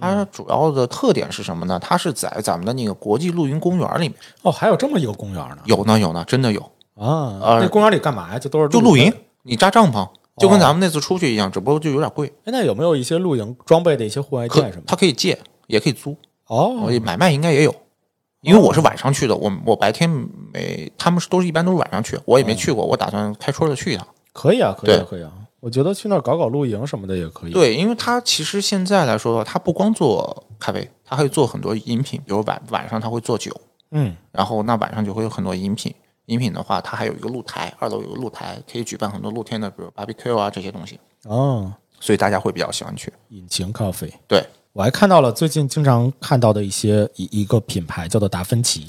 它主要的特点是什么呢？它是在咱们的那个国际露营公园里面哦，还有这么一个公园呢有呢，有呢，真的有，啊！那公园里干嘛呀？就都是就露营，你扎帐篷，就跟咱们那次出去一样，只不过就有点贵。哎，那有没有一些露营装备的一些户外可店什么的？它可以借，也可以租，哦我买卖应该也有。因为我是晚上去的，我我白天没，他们是都是一般都是晚上去，我也没去过，我打算开春儿的去一趟。可以啊，可以啊对，可以啊。我觉得去那儿搞搞露营什么的也可以。，对，因为它其实现在来说的话，它不光做咖啡，它还会做很多饮品，比如晚晚上它会做酒，嗯，然后那晚上就会有很多饮品。饮品的话，它还有一个露台，二楼有个露台，可以举办很多露天的，比如 barbecue 啊这些东西，哦，所以大家会比较喜欢去。引擎咖啡。对我还看到了最近经常看到的一些一一个品牌叫做达芬奇，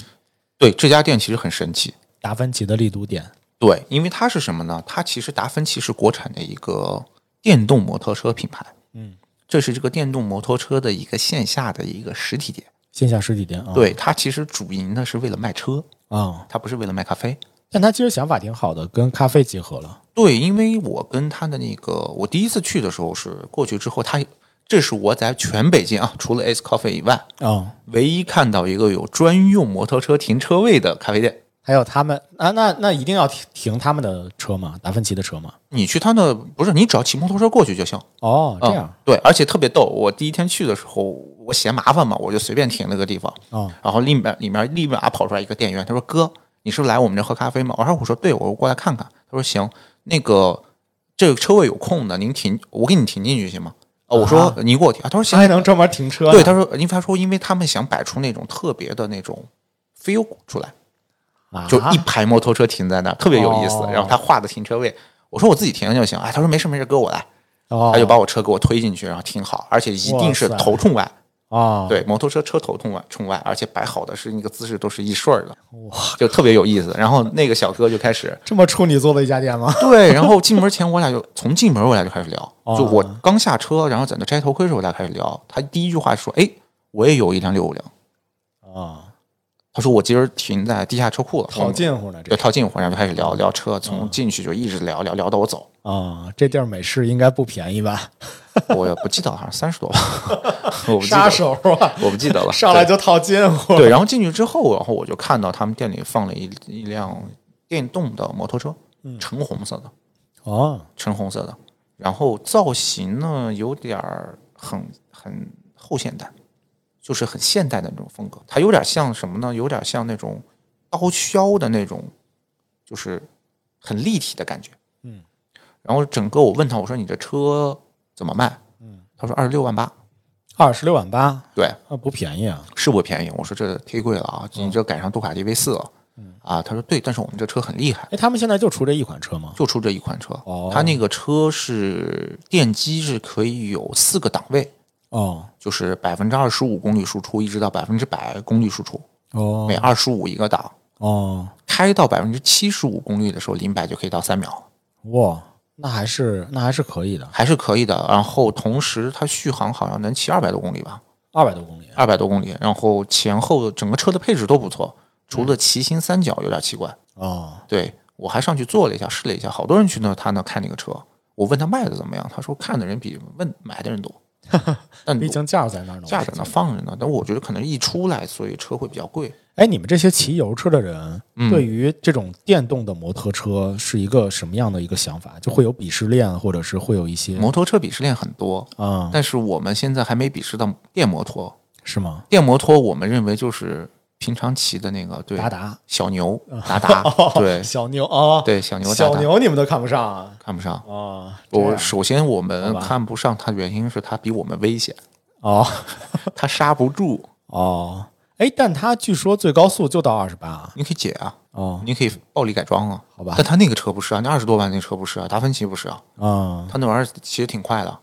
对，这家店其实很神奇。达芬奇的丽都店。对，因为它是什么呢？它其实达芬奇是国产的一个电动摩托车品牌，嗯，这是这个电动摩托车的一个线下的一个实体店。线下实体店啊，对，它其实主营呢是为了卖车，啊、它不是为了卖咖啡。但他其实想法挺好的，跟咖啡结合了。对，因为我跟他的那个，我第一次去的时候是过去之后，他这是我在全北京啊，除了 S Coffee 以外，哦，唯一看到一个有专用摩托车停车位的咖啡店。还有他们啊，那那一定要停停他们的车吗？达芬奇的车吗？你去他的不是，你只要骑摩托车过去就行。哦，这样嗯，对，而且特别逗。我第一天去的时候，我嫌麻烦嘛，我就随便停了个地方。哦然后立马里面立马跑出来一个店员，他说：“哥，你是不是来我们这喝咖啡吗？”我说：“我说对，我过来看看。”他说：“行，那个这个车位有空的，您停，我给你停进去行吗？”哦，我说：“啊您给我停。”他说：“行。”还能专门停车呢？对，他说，因为他说，因为他们想摆出那种特别的那种 feel 出来，啊就一排摩托车停在那儿，特别有意思哦。然后他画的停车位，我说我自己停就行。哎，他说没事没事，哥我来。哦，他就把我车给我推进去，然后停好，而且一定是哇塞头冲外，哦，对，摩托车车头冲外冲外，而且摆好的是那个姿势都是一顺儿的，哇，就特别有意思。然后那个小哥就开始这么处女座的一家店吗？对，然后进门前我俩就从进门我俩就开始聊，哦就我刚下车，然后在那摘头盔的时候我俩开始聊，他第一句话说：“哎，我也有一辆六五零。”嗯啊，他说：“我今儿停在地下车库了，我套们近乎呢，这对套近乎，然后就开始聊聊车，从进去就一直聊聊聊到我走。”啊，这地儿美式应该不便宜吧？我也不记得好像三十多吧， 我不记杀得了，手啊， 我不记得了。上来就套近乎，对对，然后进去之后，然后我就看到他们店里放了一一辆电动的摩托车，嗯橙红色的，哦，橙红色的，然后造型呢有点儿很很后现代，就是很现代的那种风格，它有点像什么呢？有点像那种刀削的那种，就是很立体的感觉。嗯，然后整个我问他，我说你这车怎么卖？嗯，他说二十六万八。二十六万八，对，啊，不便宜啊，是不便宜。我说这忒贵了啊，嗯你这赶上杜卡迪 V 四了。啊，他说对，但是我们这车很厉害，哎，他们现在就出这一款车吗？就出这一款车。哦它那个车是电机是可以有四个档位，哦就是百分之二十五功率输出，一直到百分之百功率输出，每哦二十五一个档。哦，开到百分之七十五功率的时候，零百就可以到三秒，哇，那还是那还是可以的，还是可以的。然后同时它续航好像能骑二百多公里吧，二百多公里，二百多公里。然后前后整个车的配置都不错，除了骑行三角有点奇怪。哦对我还上去坐了一下，试了一下，好多人去那他那看那个车。我问他卖的怎么样，他说看的人比问买的 人多，但毕竟价儿在那儿呢，嗯价在那放着呢。但我觉得可能一出来，所以车会比较贵。哎，你们这些骑油车的人，嗯对于这种电动的摩托车是一个什么样的一个想法？就会有鄙视链，或者是会有一些摩托车鄙视链很多，啊、但是我们现在还没鄙视到电摩托。是吗？电摩托我们认为就是平常骑的那个对达达小牛 达达对小牛哦，对小牛达小达牛你们都看不上啊看不上。啊！这样我首先我好们吧看不上它的原因是它比我们危险，哦它刹不住。哦，哎，但它据说最高速就到二十八你可以解啊，哦你可以暴力改装啊，好吧但他那个车不是啊，那二十多万那车不是啊，达芬奇不是啊，啊他那玩意儿其实挺快的。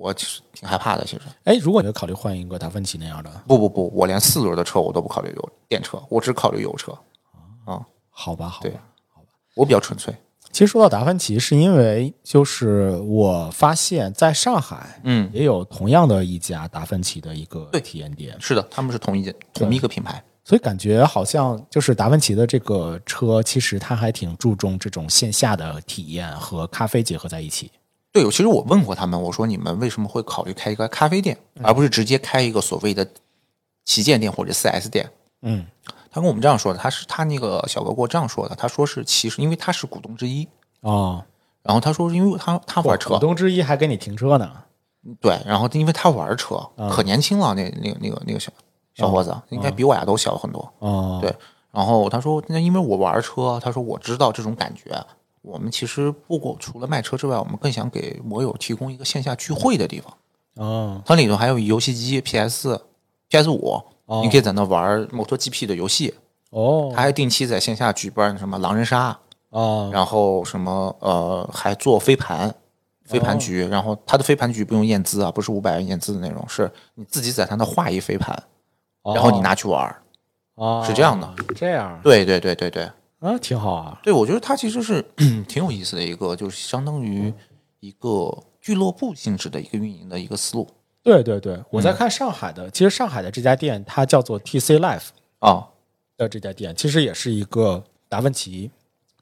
我其实挺害怕的，其实哎、如果你考虑换一个达芬奇那样的，不不不，我连四轮的车我都不考虑油电车，我只考虑油车。好吧好对吧。我比较纯粹。其实说到达芬奇，是因为就是我发现在上海嗯，也有同样的一家达芬奇的一个对体验店。是的，他们是同一同一个品牌。所以感觉好像就是达芬奇的这个车，其实它还挺注重这种线下的体验和咖啡结合在一起。对，其实我问过他们，我说你们为什么会考虑开一个咖啡店，而不是直接开一个所谓的旗舰店或者 4S 店？嗯，他跟我们这样说的，他是他那个小哥给我这样说的，他说是其实因为他是股东之一，哦，然然后他说，因为他他我玩股车，东之一还给你停车呢，对，然后因为他玩车，嗯可年轻了，那那个那个那个小小伙子，啊应该比我俩都小很多。哦，对，然后他说，那因为我玩车，他说我知道这种感觉。我们其实不过除了卖车之外，我们更想给摩友提供一个线下聚会的地方。哦，它里头还有游戏机、PS、PS 五哦，你可以在那玩摩托 GP 的游戏。哦，他还定期在线下举办什么狼人杀，哦，然后什么呃，还做飞盘，飞盘局。然后他的飞盘局不用验资啊，不是五百元验资的那种，是你自己在他那画一飞盘，然后你拿去玩儿，哦，是这样的。这样对对对对对啊，挺好啊，对，我觉得它其实是 挺有意思的一个，就是相当嗯于一个俱乐部性质的一个运营的一个思路对对嗯对，我在看上海的，其实上海的这家店它叫做 TC Life 啊。的这家店，其实也是一个达芬奇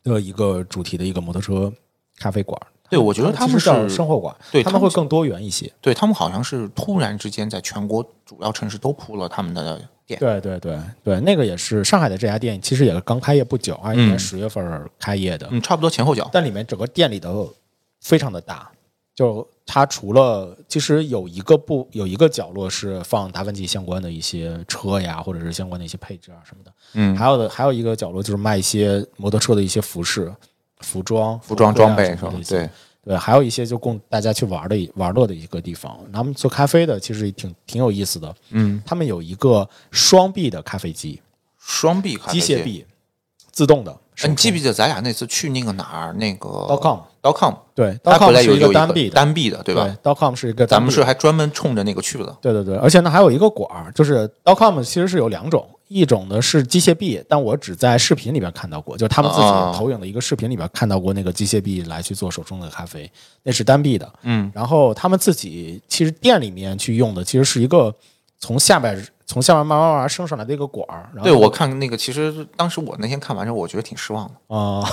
的一个主题的一个摩托车咖啡馆。对，我觉得他其们实叫是生活馆，对他他们们会更多元一些。对他们好像是突然之间在全国主要城市都铺了他们的店。对对对对，那个也是上海的这家店，其实也是刚开业不久，二一年嗯十月份儿开业的，嗯，差不多前后脚。但里面整个店里头非常的大，就它除了其实有一个部有一个角落是放达芬奇相关的一些车呀，或者是相关的一些配置啊什么的，嗯，还有的还有一个角落就是卖一些摩托车的一些服饰、服装、服装头盔啊装备什是么吧的一？些对，对，还有一些就供大家去玩的一玩乐的一个地方。他们做咖啡的其实也挺挺有意思的，嗯，他们有一个双臂的咖啡机，双臂咖啡机械机。臂，自动的。哎，你记不记得咱俩那次去那个哪儿？那个 .com 刀 com，对它回，.com 来是有一有个一单臂个的，单臂的，对吧？对？.com 是一个单咱臂们是还专门冲着那个去的。对对对，而且呢还有一个管儿，就是 .com 其实是有两种，一种呢是机械臂，但我只在视频里边看到过，就是他们自己啊投影的一个视频里边看到过那个机械臂来去做手冲的咖啡，那是单臂的。嗯，然后他们自己其实店里面去用的其实是一个从下边从下边慢慢慢慢升上来的一个管儿。然后对，我看那个，其实当时我那天看完之后，我觉得挺失望的，啊、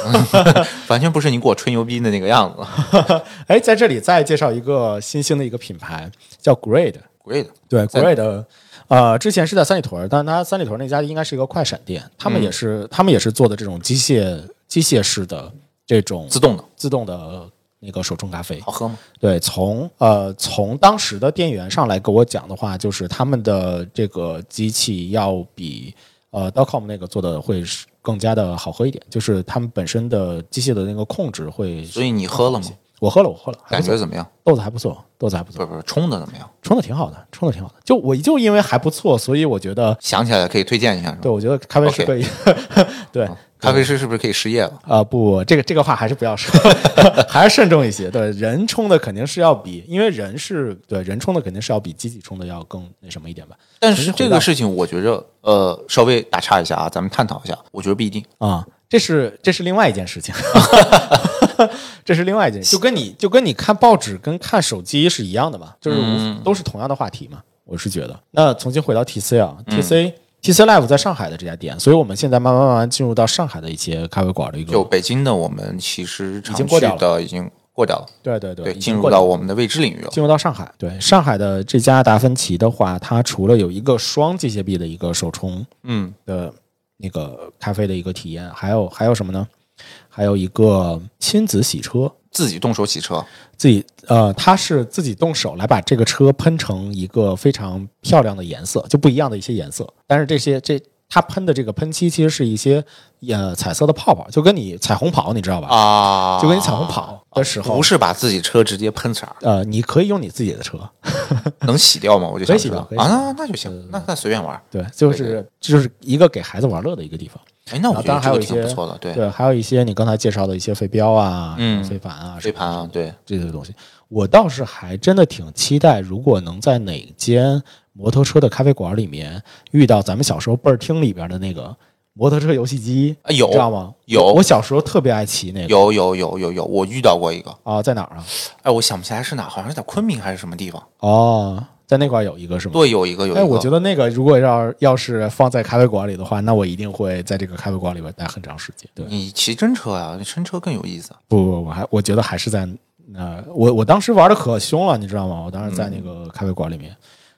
完全不是你给我吹牛逼的那个 样子。哎，在这里再介绍一个新兴的一个品牌叫 Grade。 Great，对在，Great，呃，之前是在三里屯儿，但它三里屯儿那家应该是一个快闪店，他嗯们也是、他们也是做的这种机械机械式的这种自动的，自动的那个手冲咖啡。好喝吗？对，从呃从当时的店员上来跟我讲的话，就是他们的这个机器要比呃 .com 那个做的会是更加的好喝一点，就是他们本身的机械的那个控制会。所以你喝了吗？我喝了，我喝了，还感不错觉怎么样？豆子还不错，豆子还不不错，是不是，冲的怎么样？冲的挺好的，冲的挺好的。就我就因为还不错，所以我觉得想起来可以推荐一下，是吧对，？我觉得咖啡师 OK 可以。 对，咖啡师是不是可以失业了？啊、不，这个这个话还是不要说， 还是慎重一些。对，人冲的肯定是要比，因为人是对人冲的肯定是要比机器冲的要更那什么一点吧。但还是是回这到个事情，我觉着，呃，稍微打岔一下啊，咱们探讨一下。我觉得不一定，啊、这是这是另外一件事情， 这是另外一件，就跟你就跟你看报纸跟看手机是一样的嘛，就是无、嗯都是同样的话题嘛。我是觉得，那重新回到 TC 啊，TC、TC 嗯 Live 在上海的这家店，所以我们现在慢慢慢慢进入到上海的一些咖啡馆的一就个，北京的，我们其实常经去过掉的已经过掉了，对对对对，已进经入过到了我们的未知领域了。进入到上海，对上海的这家达芬奇的话，它除了有一个双机械臂的一个手冲嗯，的那个咖啡的一个体验，还有还有什么呢？还有一个亲子洗车，自己动手洗车，自己呃，他是自己动手来把这个车喷成一个非常漂亮的颜色，就不一样的一些颜色。但是这些这他喷的这个喷漆其实是一些呃彩色的泡泡，就跟你彩虹跑你知道吧？啊，就跟你彩虹跑的时候，不是把自己车直接喷色儿，呃，你可以用你自己的车，能洗掉吗？我就想可以洗知掉道可以洗啊，掉嗯那那就行，那那随便玩儿。对，就是对就是一个给孩子玩乐的一个地方。哎，那然我后觉当然得还有这个一挺不些错的，对，对，还有一些你刚才介绍的一些飞镖啊，嗯飞盘啊，飞盘啊，对，这些东西，我倒是还真的挺期待，如果能在哪间摩托车的咖啡馆里面遇到咱们小时候倍儿厅里边的那个摩托车游戏机，啊有知道吗？有我小时候特别爱骑那个有有有有有，我遇到过一个，啊，在哪儿啊？哎，我想不起来是哪，好像是在昆明还是什么地方。哦，在那块儿有一个是吗？。对，有一个有一个，哎，我觉得那个如果要要是放在咖啡馆里的话，那我一定会在这个咖啡馆里边待很长时间。对，你骑真车呀，你真车更有意思。不不，我还我觉得还是在呃，我我当时玩的可凶了，你知道吗？我当时在嗯那个咖啡馆里面，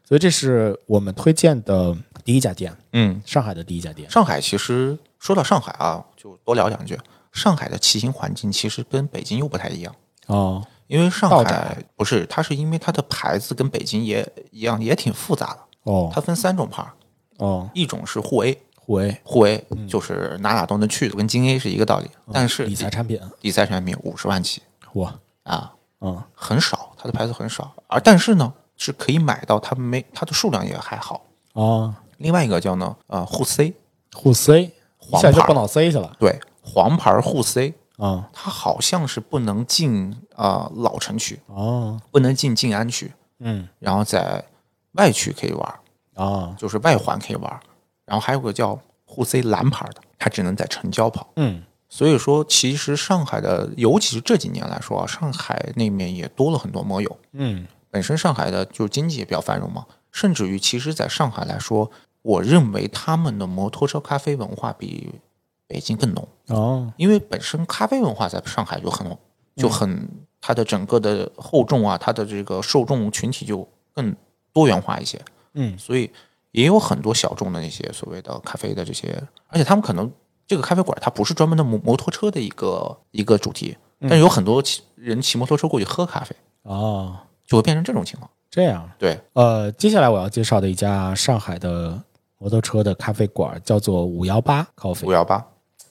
所以这是我们推荐的第一家店，嗯，上海的第一家店。上海其实说到上海啊，就多聊两句。上海的骑行环境其实跟北京又不太一样，哦，因为上道海不是，它是因为它的牌子跟北京也一样，也挺复杂的。哦，它分三种牌儿，哦，一种是沪 A，互 A 沪 A 就是哪哪都能去，跟京 A 是一个道理。但是嗯哦理财产品，理财产品五十万起哇，啊，嗯，很少，它的牌子很少。而但是呢，是可以买到，它没它的数量也还好。哦，另外一个叫呢，呃，沪 C，互 C，一黄下就牌嗯蹦到 C 去了对，黄牌儿沪 C，啊，它好像是不能进啊、呃老城区，哦，不能进静安区，嗯，然后在外区可以玩儿，啊，就是外环可以玩儿。然后还有个叫沪 C 蓝牌儿的，它只能在城郊跑。嗯，所以说，其实上海的，尤其是这几年来说啊，上海那面也多了很多摩友。嗯，本身上海的就经济也比较繁荣嘛，甚至于其实在上海来说，我认为他们的摩托车咖啡文化比北京更浓，哦，因为本身咖啡文化在上海就很就很它的整个的厚重啊，它的这个受众群体就更多元化一些，嗯，所以也有很多小众的那些所谓的咖啡的这些，而且他们可能这个咖啡馆它不是专门的摩摩托车的一个一个主题，嗯但是有很多骑人骑摩托车过去喝咖啡，哦，就会变成这种情况。这样，对，呃，接下来我要介绍的一家上海的摩托车的咖啡馆叫做五幺八 Coffee 五。幺八，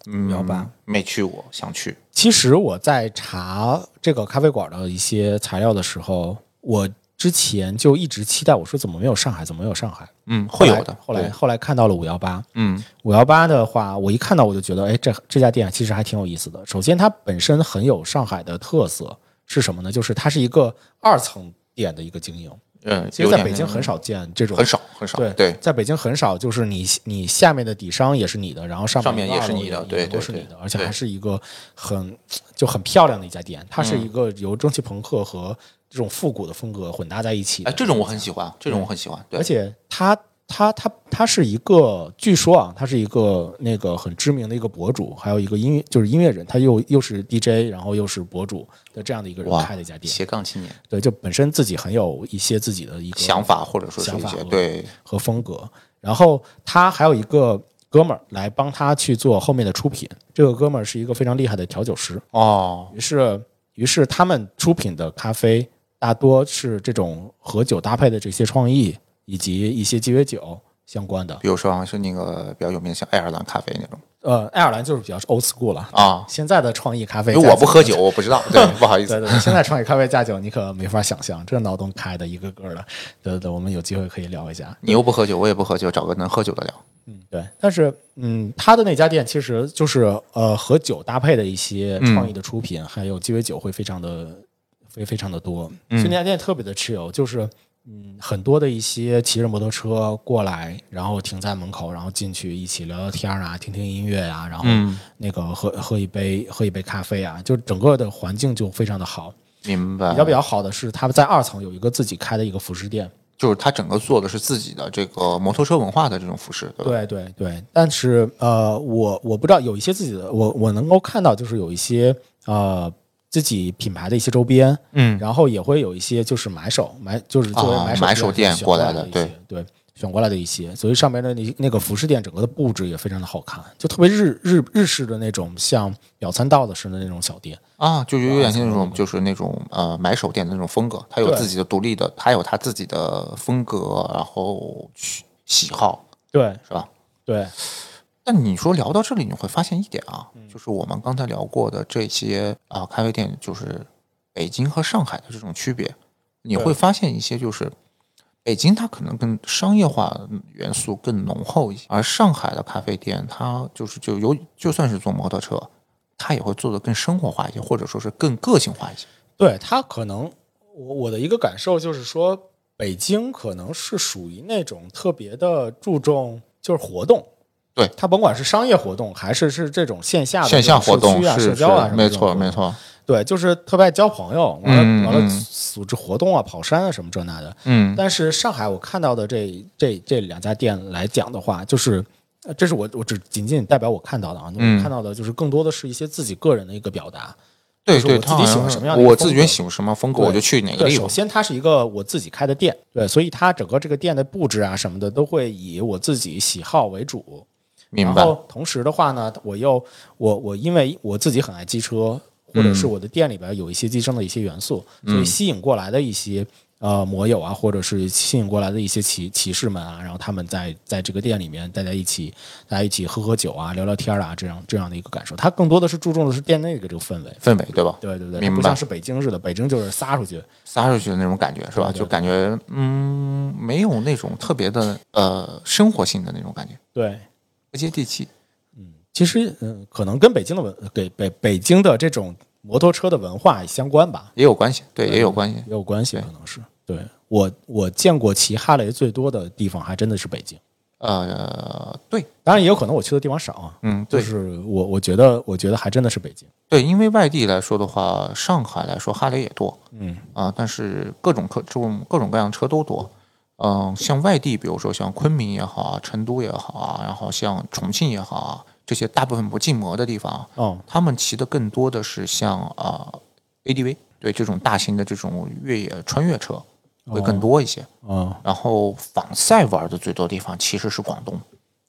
嗯， 518没去过，想去。其实我在查这个咖啡馆的一些材料的时候，我之前就一直期待，我说怎么没有上海，怎么没有上海？嗯，会有的。后来后来对，后来看到了五幺八，嗯五幺八的话，我一看到我就觉得，哎，这这家店其实还挺有意思的。首先，它本身很有上海的特色，是什么呢？就是它是一个二层店的一个经营，嗯，其实在有点北京很少见这种很少很少。对对，在北京很少，就是你你下面的底商也是你的，然后上上面也是你的的，对也都对是你对的，而且对还是一个很就很漂亮的一家店，它嗯是一个由蒸汽朋克和这种复古的风格混搭在一起的。哎，这种我很喜欢，这种我很喜欢。嗯对而，且它它它它是一个，据说啊，它是一个那个很知名的一个博主，还有一个音乐就是音乐人，他又又是 DJ，然后又是博主的这样的一个人哇开的一家店，斜杠青年对，就本身自己很有一些自己的一个想法或者说是想一法些和对，和风格。然后他还有一个哥们儿来帮他去做后面的出品，这个哥们儿是一个非常厉害的调酒师。哦，于是，于是他们出品的咖啡大多是这种和酒搭配的这些创意，以及一些鸡尾酒相关的。比如说好像是那个比较有名的，像爱尔兰咖啡那种呃，爱尔兰就是比较 old school 了，啊。现在的创意咖啡，因为我不喝酒，。我不知道，对， 不好意对思。对对，现在创意咖啡加酒你可没法想象，这脑洞开的一个个的。对对对，我们有机会可以聊一下。你又不喝酒，我也不喝酒，找个能喝酒的聊。对，但是嗯，他的那家店其实就是呃和酒搭配的一些创意的出品，还有鸡尾酒会非常的会非常的多，所以那家店特别的 chill，就是嗯很多的一些骑着摩托车过来，然后停在门口，然后进去一起聊聊天啊，听听音乐啊，然后那个喝喝一杯喝一杯咖啡啊，就整个的环境就非常的好。明白比较，比较好的是他们在二层有一个自己开的一个服饰店。就是他整个做的是自己的这个摩托车文化的这种服饰，对吧？对对对，但是呃，我我不知道有一些自己的，我我能够看到就是有一些呃自己品牌的一些周边，嗯，然后也会有一些就是买手买，就是作为啊买手、买手店选过来来的一些对。选过来的一些，所以上面的那那个服饰店整个的布置也非常的好看，就特别日日日式的那种像表参道的似的那种小店。啊，就有点像那种，就是那种呃买手店的那种风格，他有对自己的独立的，他有他自己的风格，然后去喜好，对是吧？对，但你说聊到这里，你会发现一点啊，嗯就是我们刚才聊过的这些啊、咖啡店，就是北京和上海的这种区别，你对会发现一些就是。北京它可能更商业化元素更浓厚一些，而上海的咖啡店，它就是就有就算是做摩托车，它也会做的更生活化一些，或者说是更个性化一些。对他可能，我我的一个感受就是说，北京可能是属于那种特别的注重就是活动，对他甭管是商业活动还是是这种线下的线下活这种动社区啊、是社交啊是什么没这种活错动没，错，对，就是特别爱交朋友，完了、嗯完了嗯组织活动啊、跑山啊什么这那的。嗯，但是上海我看到的这这这两家店来讲的话，就是。呃这是我我只仅仅代表我看到的啊，我嗯看到的就是更多的是一些自己个人的一个表达，对就是对，我他自己好喜欢像什么是样的一我个自风己格喜欢什么风格，我对就去哪个对，地首方。先它是一个我自己开的店，对，所以它整个这个店的布置啊什么的都会以我自己喜好为主。明然白，后同时的话呢，我又我我因为我自己很爱机车，或者嗯是我的店里边有一些寄生的一些元素，所以吸引过来的一些呃摩友啊，或者是吸引过来的一些骑骑士们啊，然后他们在在这个店里面大家一起大家一起喝喝酒啊，聊聊天啊，这样这样的一个感受。它更多的是注重的是店内的这个氛围。氛围，对吧？对对对，它明不白像。是北京似的，北京就是撒出去，撒出去的那种感觉是吧？就感觉嗯，没有那种特别的呃生活性的那种感觉，对，不接地气。其实，嗯，可能跟北京的文，给北北京的这种摩托车的文化相关吧，也有关系，对，也有关系也。有关系，对可能是。对我，我见过骑哈雷最多的地方，还真的是北京。呃，对，当然，也有可能我去的地方少啊。嗯，就对是我，我觉得，我觉得还真的是北京。对，因为外地来说的话，上海来说哈雷也多，嗯啊、但是各种各种各种各样车都多。嗯、像外地，比如说像昆明也好啊，成都也好啊，然后像重庆也好啊，这些大部分不禁摩的地方，哦，他们骑的更多的是像啊、ADV，对这种大型的这种越野穿越车会更多一些。嗯，然后仿赛玩的最多地方其实是广东，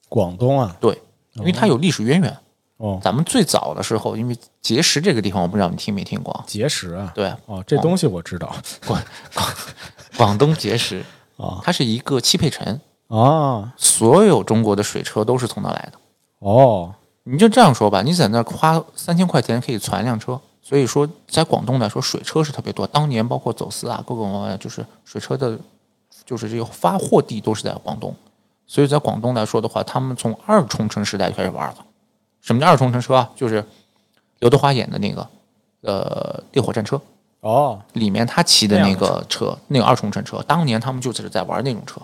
广东啊，对，因为它有历史渊源。哦，咱们最早的时候，因为碣石这个地方，我不知道你听没听过啊？碣石啊，对，哦，这东西我知道。广广广东碣石啊，它是一个汽配城，啊，所有中国的水车都是从那来的。哦，你就这样说吧，你在那儿花三千块钱可以攒一辆车，所以说在广东来说，水车是特别多。当年包括走私啊，各种各样就是水车的，就是这个发货地都是在广东。所以在广东来说的话，他们从二冲程时代就开始玩了。什么叫二冲程车啊？就是刘德华演的那个，呃，《烈火战车》哦，里面他骑的那个车，那个二冲程车，当年他们就是在玩那种车。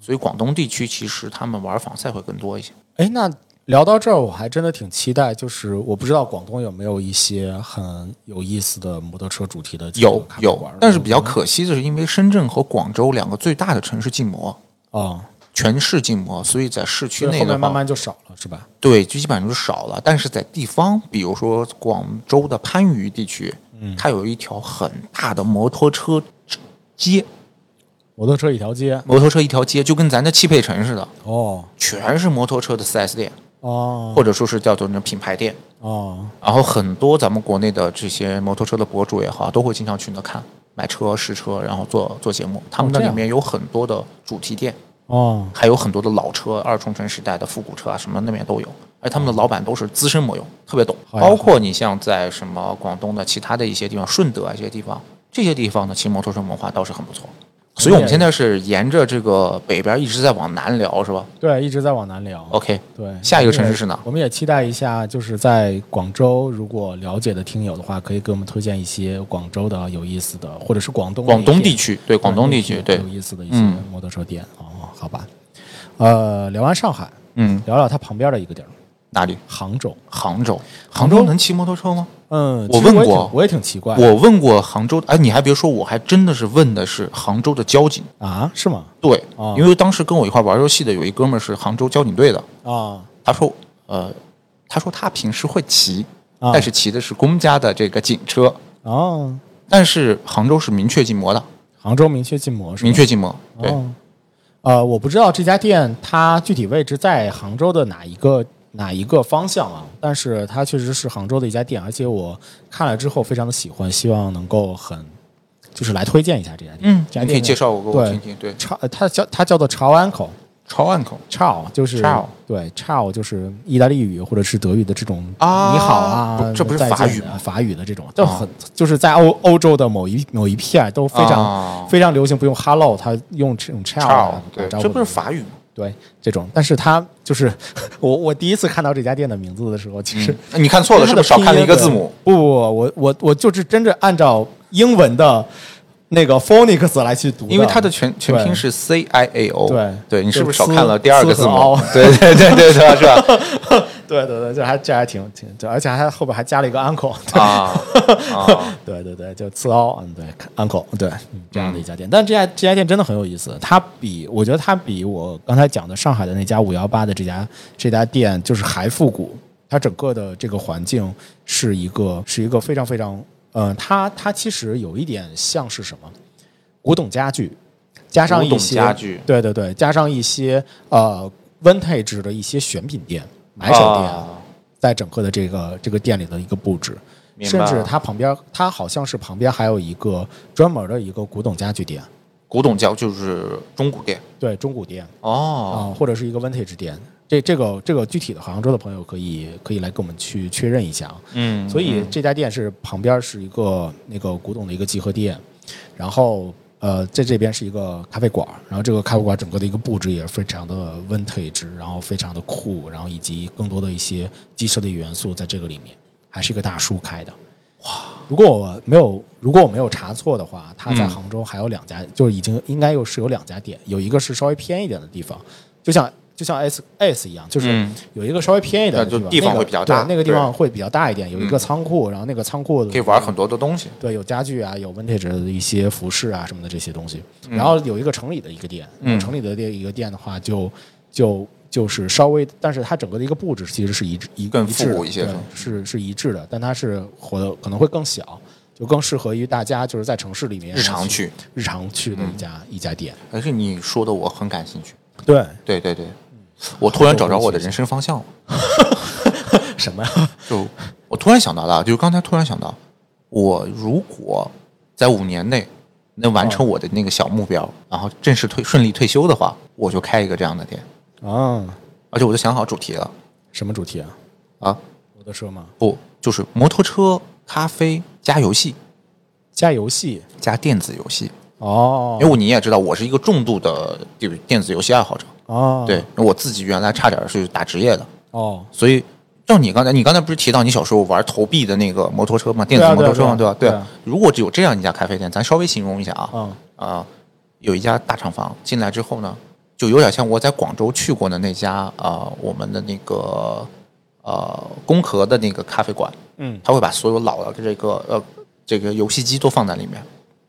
所以广东地区其实他们玩仿赛会更多一些。哎，那聊到这儿，我还真的挺期待，就是我不知道广东有没有一些很有意思的摩托车主题的这个有咖啡有馆，但是比较可惜的是，因为深圳和广州两个最大的城市禁摩，啊，全市禁摩，所以在市区所以内后的面话，慢慢就少了，是吧？对，就基本上就少了。但是在地方，比如说广州的番禺地区，它有一条很大的摩托车街，摩托车一条街，摩托车一条街，就跟咱的汽配城似的，哦全是摩托车的 4S 店，哦或者说是叫做那品牌店。哦然后很多咱们国内的这些摩托车的博主也好，都会经常去那看买车试车，然后做做节目。他们那这里样面有很多的主题店，哦，还有很多的老车，二冲程时代的复古车啊，什么那边都有。而他们的老板都是资深摩友，特别懂。好呀包括你像在什么广东的其他的一些地方，顺德啊这些地方，这些地方的骑摩托车文化倒是很不错。所以我们现在是沿着这个北边一直在往南聊，是吧对，一直在往南聊。 ？OK，对，哦下一个城市是哪我们也期待一下，就是在广州，如果了解的听友的话，可以给我们推荐一些广州的有意思的，或者是广东广东那一片地区，对广东地区，对嗯有，意思的一些摩托车店。哦，好吧。呃，聊完上海，嗯，聊聊它旁边的一个地儿哪里？ ——杭州。杭州，杭州能骑摩托车吗？嗯，我其实问也过挺我也挺奇怪的我问过杭州，哎，你还别说，我还真的是问的是杭州的交警。啊，是吗？对，啊因为当时跟我一块玩游戏的有一哥们儿是杭州交警队的，啊他说，呃，他说他平时会骑，啊但是骑的是公家的这个警车，啊，但是杭州是明确禁摩的，杭州明确禁摩是吗明确禁摩。对，哦，呃，我不知道这家店它具体位置在杭州的哪一个哪一个方向啊，但是它确实是杭州的一家店，而且我看了之后非常的喜欢，希望能够很就是来推荐一下这家店。嗯，这家你可以店介绍我给我对听听。对，潮，它叫它叫做潮安口潮安口， ，Ciao 就是，Ciao 对，Ciao 就是意大利语或者是德语的这种啊你好啊不，这不是再见法语啊吗哦法语的这种，就很就是在欧欧洲的某一某一片都非啊常非常流行，不用 hello，它用这种 Ciao 潮来，对，打招呼这不是的法语吗？对这种，但是它就是 我我第一次看到这家店的名字的时候，其实嗯，你看错了，是不是少看了一个字母？？不不不，我我我就是真正按照英文的那个 phonics 来去读，因为它的全全对拼是 C I A O，对对，你是不就是是少看了第二个字斯斯和母奥？对对对对对，是 吧？对对对，这还这还挺挺，这而且还后边还加了一个 uncle，对啊啊，对对对，就刺刀，嗯，对，uncle，对，嗯这样的一家店。但这家这家店真的很有意思，它比我觉得它比我刚才讲的上海的那家五幺八的这家这家店就是还复古，它整个的这个环境是一个是一个非常非常，呃，它它其实有一点像是什么古董家具，加上古一董些家具对对对，加上一些呃 vintage 的一些选品店、买手店。啊在整个的这个这个店里的一个布置，明白甚了至它旁边，它好像是旁边还有一个专门的一个古董家具店，古董家就是中古店对中古店啊、哦，或者是一个 vintage 店。这这个这个具体的杭州的朋友可以可以来跟我们去确认一下啊。嗯所以这家店是旁边是一个那个古董的一个集合店，然后呃在这边是一个咖啡馆，然后这个咖啡馆整个的一个布置也非常的 vintage，然后非常的酷，然后以及更多的一些机车的元素在这个里面，还是一个大叔开的。哇！如果我没有如果我没有查错的话，他在嗯杭州还有两家，就是已经应该又是有两家店，有一个是稍微偏一点的地方，就像就像 S S 一样，就是嗯有一个稍微偏一点的那就地方，地那方个会比较大对那个地对嗯方会比较大一点，有一个仓库，然后那个仓库可以玩很多的东西，对，有家具啊，有 vintage 的一些服饰啊什么的这些东西。然后有一个城里的一个店，嗯城里的店一个店的话就，就就是稍微，但是它整个的一个布置其实是一致一更一致的复古一些对是吗是是一致的，但它是活的可能会更小，就更适合于大家就是在城市里面日常去。嗯日常去的一家、一家店。而且你说的我很感兴趣，对，对对对，我突然找着我的人生方向了，什么？就我突然想到啊了，就是刚才突然想到，我如果在五年内能完成我的那个小目标，然后正式退顺利退休的话，我就开一个这样的店， 啊，而且我都想好主题了什么主题啊？啊，我的车吗？不就是摩托车、咖啡加游戏加游戏加电子游戏，哦因为你也知道，我是一个重度的电电子游戏爱好者，哦对，因为我自己原来差点是打职业的，哦，所以照你刚才，你刚才不是提到你小时候玩投币的那个摩托车嘛，电子对啊摩托车嘛，对对啊吧？对啊对啊。如果只有这样一家咖啡店，咱稍微形容一下啊，嗯啊，有一家大厂房进来之后呢，就有点像我在广州去过的那家啊、呃我们的那个呃工壳的那个咖啡馆，嗯，他会把所有老的这个呃这个游戏机都放在里面。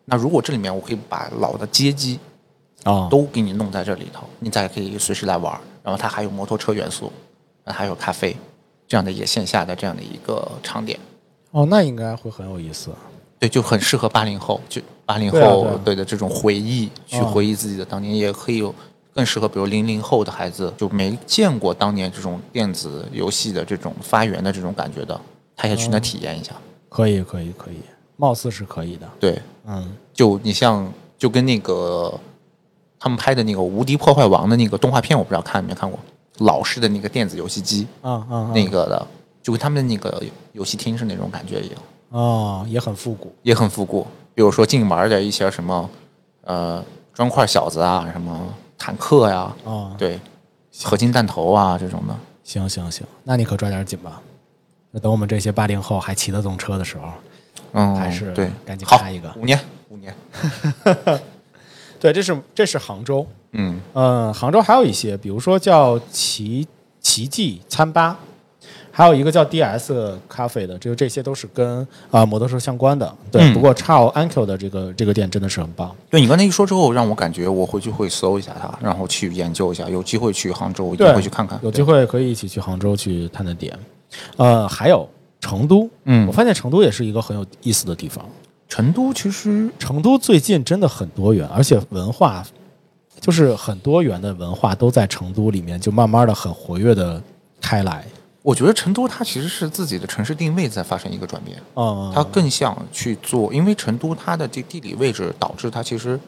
那如果这里面我可以把老的街机哦，都给你弄在这里头，你再可以随时来玩儿。然后它还有摩托车元素，然后还有咖啡，这样的也线下的这样的一个场点，哦，那应该会很有意思。对，就很适合八零后，就八零对啊对后啊对的这种回忆，去嗯回忆自己的当年，也可以有更适合比如零零后的孩子，就没见过当年这种电子游戏的这种发源的这种感觉的，他也去嗯那体验一下。可以，可以，可以，貌似是可以的。对，嗯，就你像就跟那个他们拍的那个《无敌破坏王》的那个动画片，我不知道看没看过，老式的那个电子游戏机。啊啊，那个个的，就跟他们那个游戏厅是那种感觉一样，哦，也很复古。也很复古。比如说进玩的一些什么，呃，砖块小子啊，什么坦克呀、哦，对，合金弹头啊这种的。行行行，那你可抓点紧吧。那等我们这些八零后还骑得动车的时候，嗯，还是对，赶紧好开一个五年，五年，对，这是这是杭州。嗯，嗯，杭州还有一些，比如说叫奇奇迹餐吧，还有一个叫 DS 咖啡的，就这些都是跟啊、摩托车相关的。对，嗯不过 Chao Anko 的这个这个店真的是很棒。对你刚才一说之后，让我感觉我回去会搜一下它，然后去研究一下，有机会去杭州，我一定对会去看看。有机会可以一起去杭州去探探店。呃，还有成都，嗯我发现成都也是一个很有意思的地方。成都其实成都最近真的很多元，而且文化就是很多元的文化都在成都里面就慢慢的很活跃的开来。我觉得成都它其实是自己的城市定位在发生一个转变，嗯，它更像去做，因为成都它的这地理位置导致它其实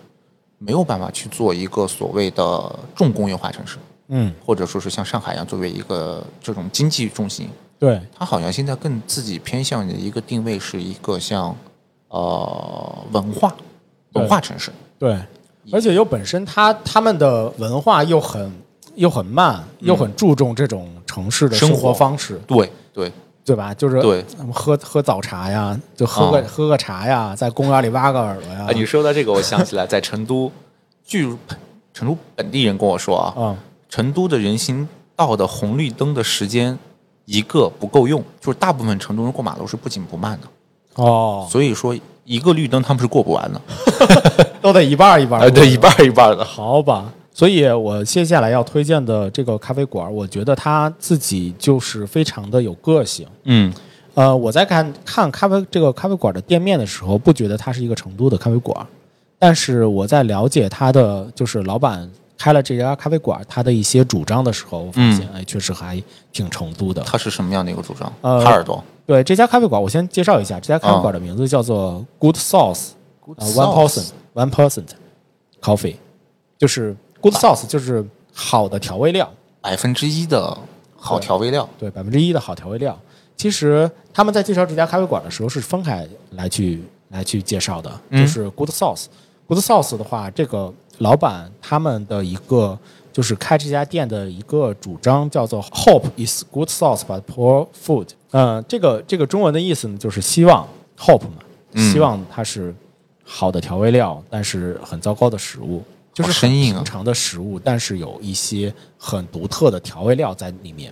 没有办法去做一个所谓的重工业化城市，嗯，或者说是像上海一样作为一个这种经济中心，对，它好像现在更自己偏向的一个定位是一个像呃文化文化城市，对，而且又本身他他们的文化又很又很慢，又很注重这种城市的嗯生生活活方式，对对对吧？就是对嗯喝喝早茶呀，就喝个、啊喝个茶呀，在公园里挖个耳朵呀啊，，你说到这个，我想起来，在成都，据成都本地人跟我说啊，嗯，成都的人行道的红绿灯的时间一个不够用，就是大部分成都人过马路是不紧不慢的，哦，所以说一个绿灯他们是过不完的，都得一半儿一半儿哎，对，啊过一半儿一半儿的。好吧，所以我接下来要推荐的这个咖啡馆，我觉得它自己就是非常的有个性。嗯呃，我在看看咖啡这个咖啡馆的店面的时候，不觉得它是一个成都的咖啡馆，但是我在了解它的就是老板开了这家咖啡馆，他的一些主张的时候，我发嗯现、哎，确实还挺成都的。它是什么样的一个主张？呃耙耳朵对这家咖啡馆，我先介绍一下，这家咖啡馆的名字叫做 Good Sauce，啊 Good 呃 One sauce Percent One Percent Coffee，就是 Good Sauce，就是好的调味料，百分之一的好调味料，对，百分之一的好调味料。其实他们在介绍这家咖啡馆的时候是分开来去来去介绍的，嗯就是 Good Sauce。Good Sauce 的话，这个老板他们的一个就是开这家店的一个主张叫做 “Hope is good sauce but poor food”。嗯、这个这个中文的意思呢，就是希望 hope 嘛，嗯希望它是好的调味料，但是很糟糕的食物，就是好生硬啊很平常的食物，但是有一些很独特的调味料在里面。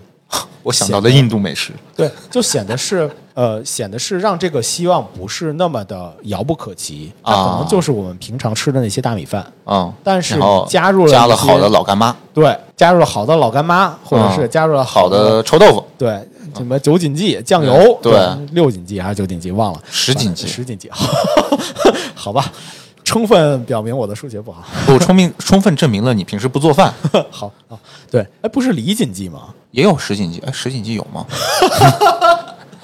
我想到的印度美食。对，就显得是呃，显得是让这个希望不是那么的遥不可及，它可啊能就是我们平常吃的那些大米饭，嗯，但是然后加入了加了一些好的老干妈，对，加入了好的老干妈，或者是加入了好的、的臭豆腐，对什么九锦记酱油，对六锦记还是九锦记忘了，十锦记十锦记， 好吧，充分表明我的数学不好，不充明充分证明了你平时不做饭。好啊，对，哎，不是李锦记吗？也有十锦记，哎，十锦记有 吗？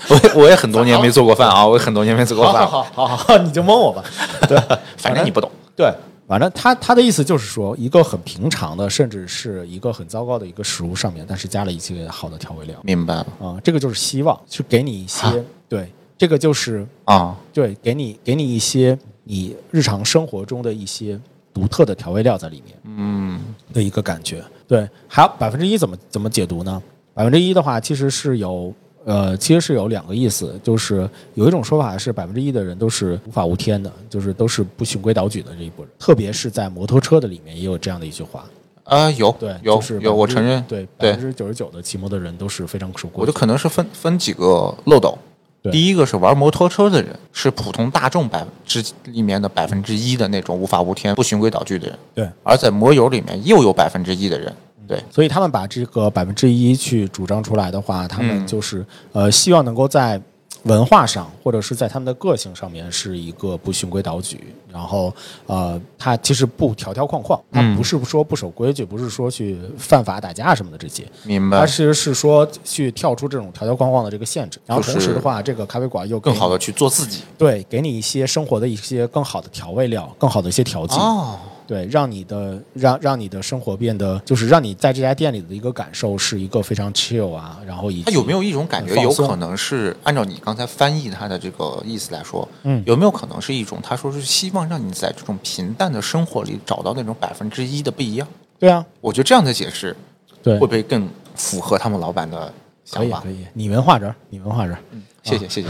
我也我也很多年没做过饭啊，我也很多年没做过饭，好好好，你就蒙我吧，对， 反正你不懂。对，反正他他的意思就是说，一个很平常的，甚至是一个很糟糕的一个食物上面，但是加了一些好的调味料明白了啊、这个就是希望，去给你一些、哈对，这个就是啊，对，给你给你一些你日常生活中的一些独特的调味料在里面，嗯，的一个感觉。对，还有百分之一怎么怎么解读呢？百分之一的话，其实是有呃，其实是有两个意思，就是有一种说法是百分之一的人都是无法无天的，就是都是不循规蹈矩的这一波人，特别是在摩托车的里面也有这样的一句话，啊，有对，有就是有，我90%承认，对，百对分，之九十九的骑摩的人都是非常守规我就矩，可能是分分几个漏斗。对第一个是玩摩托车的人，是普通大众百分之里面的百分之一的那种无法无天、不循规蹈矩的人，对。而在摩友里面又有百分之一的人，对，所以他们把这个百分之一去主张出来的话，他们嗯就是、呃，希望能够在文化上或者是在他们的个性上面是一个不循规蹈矩，然后呃，他其实不条条框框，嗯他不是说不守规矩，不是说去犯法打架什么的这些，明他白其，实是说去跳出这种条条框框的这个限制，然后就是同时的话，这个咖啡馆又给更你好的去做自己。对给你一些生活的一些更好的调味料，更好的一些调剂，哦，对，让你的让让你的生活变得，就是让你在这家店里的一个感受是一个非常 chill 啊，然后以及他有没有一种感觉，很有放松可能是按照你刚才翻译他的这个意思来说，嗯，有没有可能是一种他说是希望让你在这种平淡的生活里找到那种百分之一的不一样？对啊，我觉得这样的解释对会，不会更符合他们老板的可想以啊法嗯可？以，你文化人，你文化人，谢谢谢谢，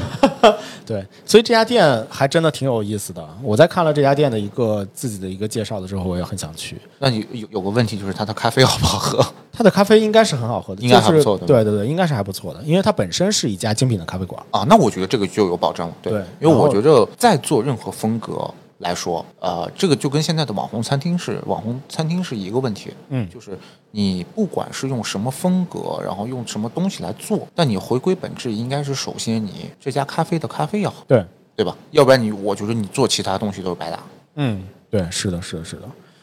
对，所以这家店还真的挺有意思的。啊我在看了这家店的一个自己的一个介绍的时候，我也很想去。那你有有个问题就是他的咖啡好不好喝？它的咖啡应该是很好喝的，应该还就是不错的对对对，应该是还不错的，因为它本身是一家精品的咖啡馆。啊，那我觉得这个就有保证了，对，对因为然后我觉得在做任何风格来说，呃，这个就跟现在的网红餐厅是网红餐厅是一个问题，嗯就是你不管是用什么风格，然后用什么东西来做，但你回归本质应该是首先你这家咖啡的咖啡要好，对，对吧？要不然你我觉得你做其他东西都是白搭，嗯，对，是的，是的，是的。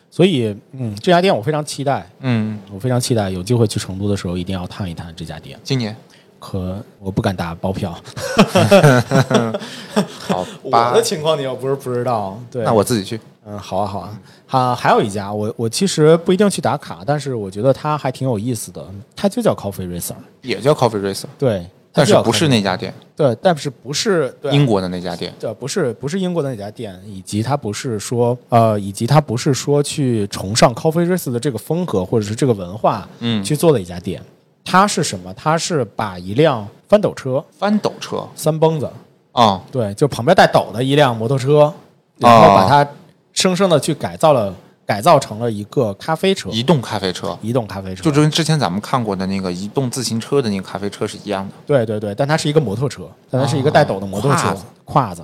所以，嗯，这家店我非常期待，嗯，我非常期待，有机会去成都的时候一定要探一探这家店。今年可我不敢打包票。好我吧的，情况你又不是不知道，对，那我自己去，嗯，好啊，好啊，啊，还有一家，我我其实不一定去打卡，但是我觉得它还挺有意思的，它就叫 Coffee Racer，也叫 Coffee Racer，对，它但就是叫不是 Coffee- 那家店，对，但是不是对英国的那家店，对，不是不是英国的那家店，以及它不是说呃，以及它不是说去崇尚 coffee race 的这个风格或者是这个文化，嗯去做的一家店。它是什么？它是把一辆翻斗车、翻斗车三蹦子，啊、对，就旁边带斗的一辆摩托哦车，然后把它生生的去改造了，改造成了一个咖啡车，移动咖啡车。移动咖啡车。就跟之前咱们看过的那个移动自行车的那个咖啡车是一样的。对对对，但它是一个摩托车，但它是一个带斗的摩托车，啊胯子，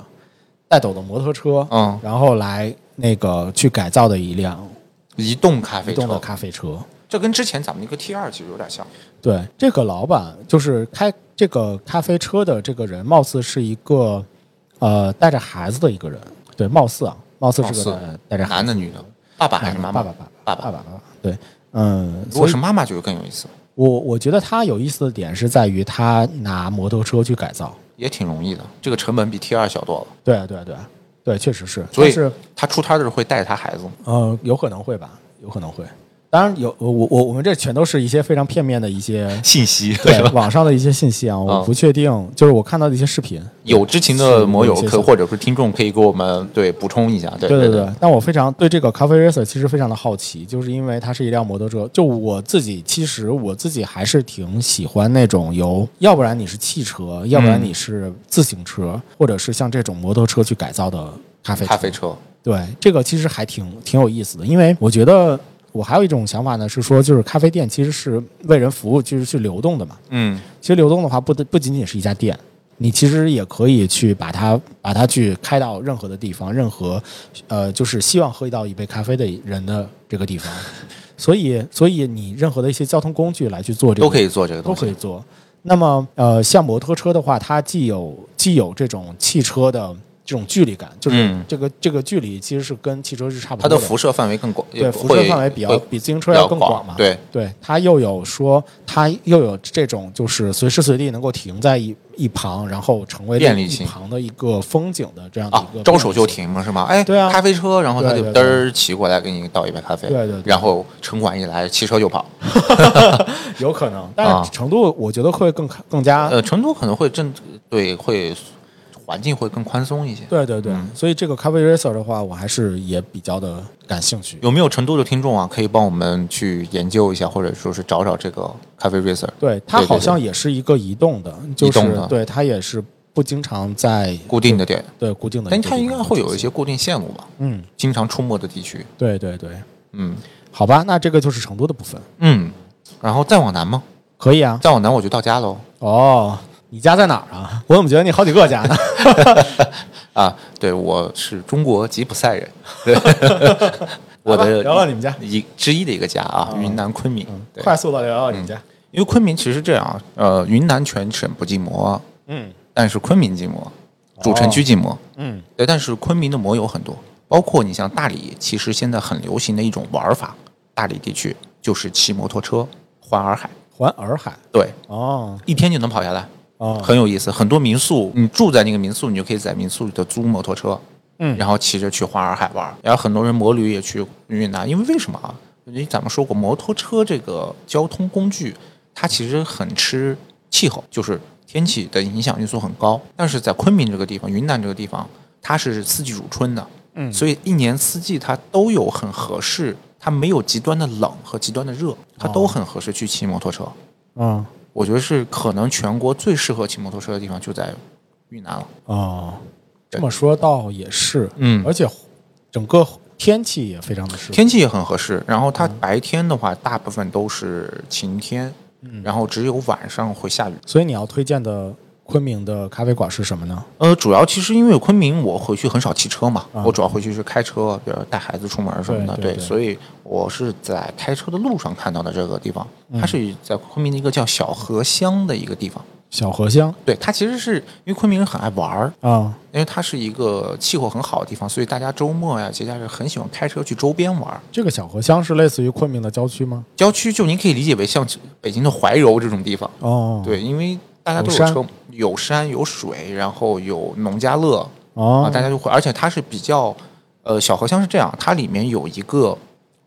带斗的摩托车，嗯，然后来那个去改造的一辆移动咖啡移动的车，咖啡车。这跟之前咱们那个 T 二其实有点像。对，这个老板就是开这个咖啡车的这个人，貌似是一个呃带着孩子的一个人，对，貌似啊，貌似是貌似个带着孩男子的女的，爸爸还男是的妈爸妈？爸爸爸爸爸爸爸爸对，嗯，如果所以是妈妈就更有意思，我我觉得它有意思的点是在于它拿摩托车去改造。也挺容易的，这个成本比 T 二小多了。对啊，对啊，对啊，对，确实是。所但以是他出摊儿的时候会带着他孩子吗？呃，有可能会吧，有可能会。当然有，我我我们这全都是一些非常片面的一些信息对网上的一些信息啊，我嗯不确定，就是我看到的一些视频。有知情的摩友是有一些信可息或者是听众可以给我们对补充一下，对对对对，但我非常对这个 Coffee Racer 其实非常的好奇，就是因为它是一辆摩托车。就我自己，其实我自己还是挺喜欢那种由，要不然你是汽车，要不然嗯你是自行车，或者是像这种摩托车去改造的咖啡咖啡车，对，这个其实还挺挺有意思的，因为我觉得我还有一种想法呢，是说就是咖啡店其实是为人服务，就是去流动的嘛。嗯，其实流动的话不得，不仅仅是一家店，你其实也可以去把它把它去开到任何的地方，任何呃就是希望喝到一杯咖啡的人的这个地方。 所以，所以你任何的一些交通工具来去做这个都可以做这个都东可以西，做。那么，呃，像摩托车的话，它既有既有这种汽车的这种距离感，就是嗯这个、这个距离其实是跟汽车是差不它多的的。辐射范围更广，也对辐射会范围比较会比自行车要更比较广嘛。对，对，它又有说它又有这种就是随时随地能够停在一一旁，然后成为便利一性旁的一个风景的这样的啊一个、，招手就。停了是吗？哎，对啊咖啡车，然后他对就对嘚对儿骑过来给你倒一杯咖啡，对对对然后城管一来，骑车就跑。有可能，但啊是程度我觉得会更更加呃，成都可能会正对会环境会更宽松一些。对对对，所以这个咖啡 racer 的话，我还是也比较的感兴趣。有没有成都的听众啊，可以帮我们去研究一下，或者说是找找这个咖啡 racer？对，它对对好像也是一个移动的，就是移动的对它也是不经常在固定的点，对固定的一但个地它方出应现，该会有一些固定线路吧？嗯，经常出没的地区，对对对，嗯好吧，那这个就是成都的部分，嗯，然后再往南嘛，可以啊。再往南我就到家喽哦，你家在哪儿啊？我怎么觉得你好几个家 呢？啊！对，我是中国吉普赛人， 对我好吧的聊聊你们家嗯一之一的一个家啊，云南昆明，对，快速的聊聊你们家。因为昆明其实这样，啊，呃，云南全省不禁摩，嗯但是昆明禁摩，主城区禁摩。嗯对，但是昆明的摩友很多，包括你像大理，其实现在很流行的一种玩法，大理地区就是骑摩托车环洱海，环洱海。对，哦一天就能跑下来，哦，很有意思。很多民宿，你住在那个民宿，你就可以在民宿里头租摩托车，嗯然后骑着去环洱海玩儿。然后很多人摩旅也去云南，因为为什么啊？因为咱们说过，摩托车这个交通工具，它其实很吃气候，就是天气的影响因素很高。但是在昆明这个地方，云南这个地方，它是四季如春的，嗯所以一年四季它都有很合适，它没有极端的冷和极端的热，它哦都很合适去骑摩托车。嗯我觉得是可能全国最适合骑摩托车的地方就在云南了。哦，这么说倒也是，嗯而且整个天气也非常的适合。天气也很合适，然后它白天的话，大部分都是晴天，然后只有晚上会下雨。所以你要推荐的昆明的咖啡馆是什么呢？呃，主要其实因为昆明我回去很少骑车嘛，我主要回去是开车，比如带孩子出门什么的，对对对所以我是在开车的路上看到的这个地方，它是在昆明的一个叫小河乡的一个地方。小荷香对，它其实是因为昆明人很爱玩儿，啊、因为它是一个气候很好的地方，所以大家周末呀、节假日很喜欢开车去周边玩儿。这个小荷香是类似于昆明的郊区吗？郊区就您可以理解为像北京的怀柔这种地方，哦，，对，因为大家都有有车，山有山有水，然后有农家乐、哦啊，，大家就会，而且它是比较，呃，小河乡是这样，它里面有一个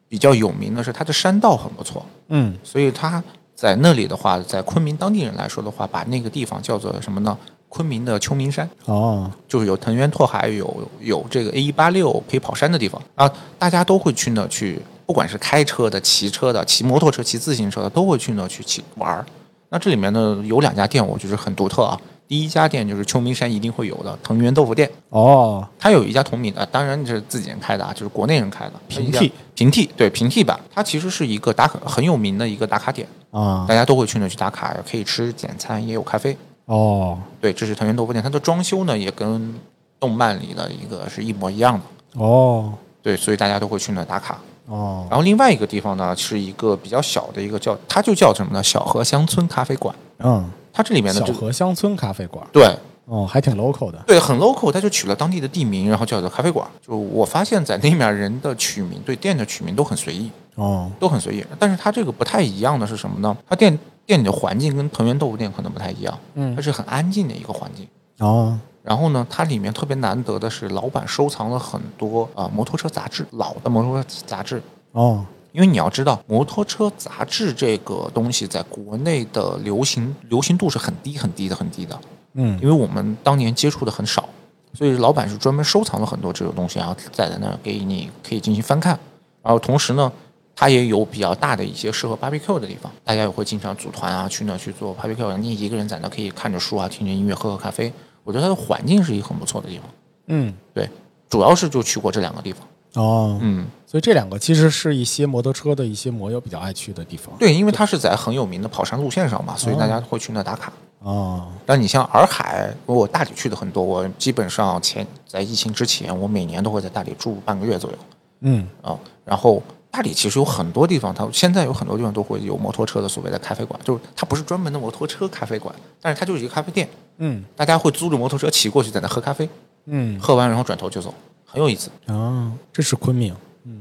比较有名的是它的山道很不错，嗯，所以它在那里的话，在昆明当地人来说的话，把那个地方叫做什么呢？昆明的秋名山。哦，就是有藤原拓海，有有这个 A 一八六可以跑山的地方啊，大家都会去那去，不管是开车的、骑车的、骑摩托车、骑自行车的，都会去那去骑玩儿。那这里面呢有两家店，我觉得很独特啊。第一家店就是秋名山一定会有的藤原豆腐店，哦，它有一家同名的，啊当然这是自己人开的啊，就是国内人开的平替它一家平替对平替版，它其实是一个打卡很有名的一个打卡点，啊大，家都会去那去打卡，可以吃简餐，也有咖啡。哦，对，这是藤原豆腐店，它的装修呢也跟动漫里的一个是一模一样的。哦，对，所以大家都会去那打卡。哦，然后另外一个地方呢，是一个比较小的一个叫，它就叫什么呢？小河乡村咖啡馆。嗯，它这里面的小这个河乡村咖啡馆，对哦，还挺 local 的。对很 local，它就取了当地的地名，然后叫做咖啡馆。就我发现，在那面人的取名对店的取名都很随意，哦，都很随意。但是它这个不太一样的是什么呢？它店店里的环境跟藤原豆腐店可能不太一样，嗯它是很安静的一个环境。哦，然后呢，它里面特别难得的是，老板收藏了很多啊、摩托车杂志，老的摩托车杂志。哦，因为你要知道，摩托车杂志这个东西在国内的流行流行度是很低很低的很低的，嗯因为我们当年接触的很少，所以老板是专门收藏了很多这种东西，然后在在那儿给你可以进行翻看。然后同时呢，它也有比较大的一些适合 BBQ 的地方，大家也会经常组团啊去那儿去做 BBQ，你一个人在那儿可以看着书啊，听着音乐，喝喝咖啡。我觉得它的环境是一个很不错的地方。嗯，对，主要是就去过这两个地方。哦，嗯，所以这两个其实是一些摩托车的一些摩友比较爱去的地方。对，因为它是在很有名的跑山路线上嘛，所以大家会去那儿打卡。哦，但你像洱海，我大理去的很多，我基本上前在疫情之前，我每年都会在大理住半个月左右嗯，啊。然后大理其实有很多地方，它现在有很多地方都会有摩托车的所谓的咖啡馆，就是它不是专门的摩托车咖啡馆，但是它就是一个咖啡店，嗯，大家会租着摩托车骑过去，在那喝咖啡，嗯，喝完然后转头就走，很有意思。哦，这是昆明，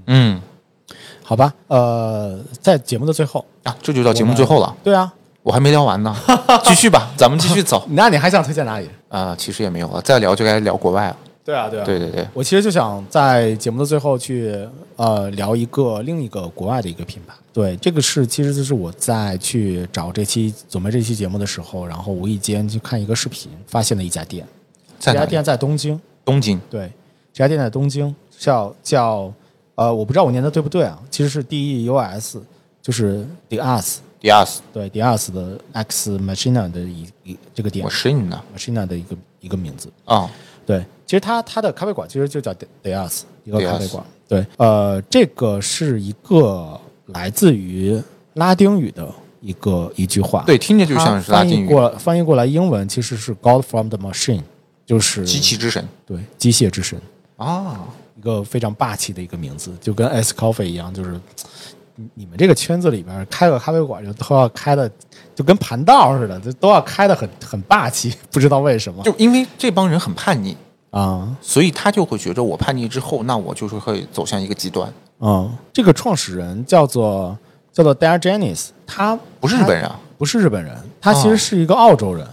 嗯，好吧？呃，在节目的最后，啊，这就到节目最后了，对啊，我还没聊完呢，继续吧，咱们继续走。那你还想推荐哪里？啊、其实也没有了，再聊就该聊国外了。对啊，对啊对对对，我其实就想在节目的最后去呃聊一个另一个国外的一个品牌。对，这个是其实就是我在去找这期准备这期节目的时候，然后无意间去看一个视频，发现了一家店。在这哪家里？店在东京，东京。对，这家店在东京，叫叫呃，我不知道我念的对不对啊，其实是 D E U S，就是 The US，迪亚斯，对 The US 的 X Machina 的一一这个店我适应呢。 ，Machina 的一个一个名字。啊、对，其实它它的咖啡馆其实就叫 De Deas 一个 Deas 咖啡馆。对，呃，这个是一个来自于拉丁语的一个一句话，对，，听着就它像是拉翻丁译语过翻译过来英文其实是 God from the machine，就是“机器之神对机械之神，”啊。一个非常霸气的一个名字，就跟 S Coffee 一样，就是。你你们这个圈子里边开个咖啡馆就都要开的，就跟盘道似的，就都要开的很很霸气， 不知道为什么就因为这帮人很叛逆，啊。所以他就会觉着我叛逆之后，那我就是会走向一个极端。嗯，这个创始人叫做叫做 Diogenes，他不是日本人啊，他不是日本人，他其实是一个澳洲人，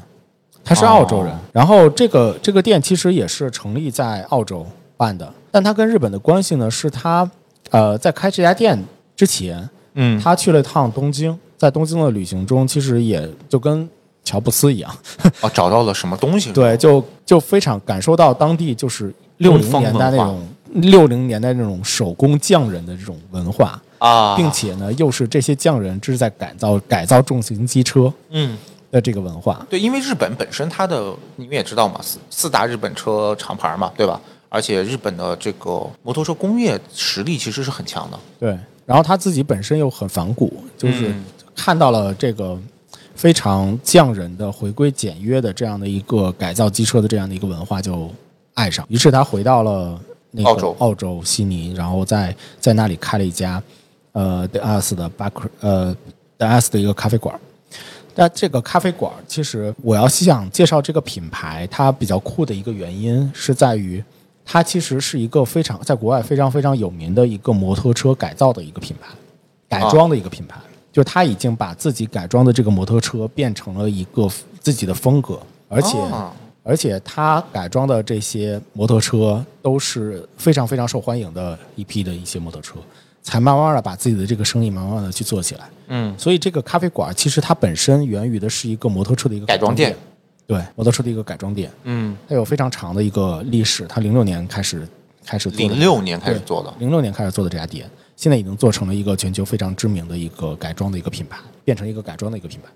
他是澳洲人。哦然后这个这个店其实也是成立在澳洲办的，但他跟日本的关系呢，是他呃在开这家店之前，嗯，他去了一趟东京，在东京的旅行中，其实也就跟乔布斯一样， 哦，找到了什么东西？，对，就就非常感受到当地就是六东零方年代文那化种六零年代那种手工匠人的这种文化。啊，并且呢，又是这些匠人这是在改造改造重型机车嗯，的这个文化。对，因为日本本身它的你们也知道嘛，四四大日本车厂牌嘛，对吧？而且日本的这个摩托车工业实力其实是很强的。对，然后他自己本身又很反骨，就是嗯看到了这个非常匠人的回归简约的这样的一个改造机车的这样的一个文化，就爱上。于是他回到了那个澳洲澳洲悉尼，然后在在那里开了一家呃 The US 的巴克呃 The US 的一个咖啡馆。但这个咖啡馆，其实我要想介绍这个品牌，它比较酷的一个原因是在于，它其实是一个非常在国外非常非常有名的一个摩托车改造的一个品牌，改装的一个品牌，就是它已经把自己改装的这个摩托车变成了一个自己的风格，而且、啊而且它改装的这些摩托车都是非常非常受欢迎的一批的一些摩托车，才慢慢的把自己的这个生意慢慢的去做起来。嗯，所以这个咖啡馆其实它本身源于的是一个摩托车的一个改装店店，对，摩托车的一个改装店，嗯，它有非常长的一个历史，它零六年开始开始做的零六年开始做的。零六年开始做的这家店，现在已经做成了一个全球非常知名的一个改装的一个品牌，变成一个改装的一个品牌。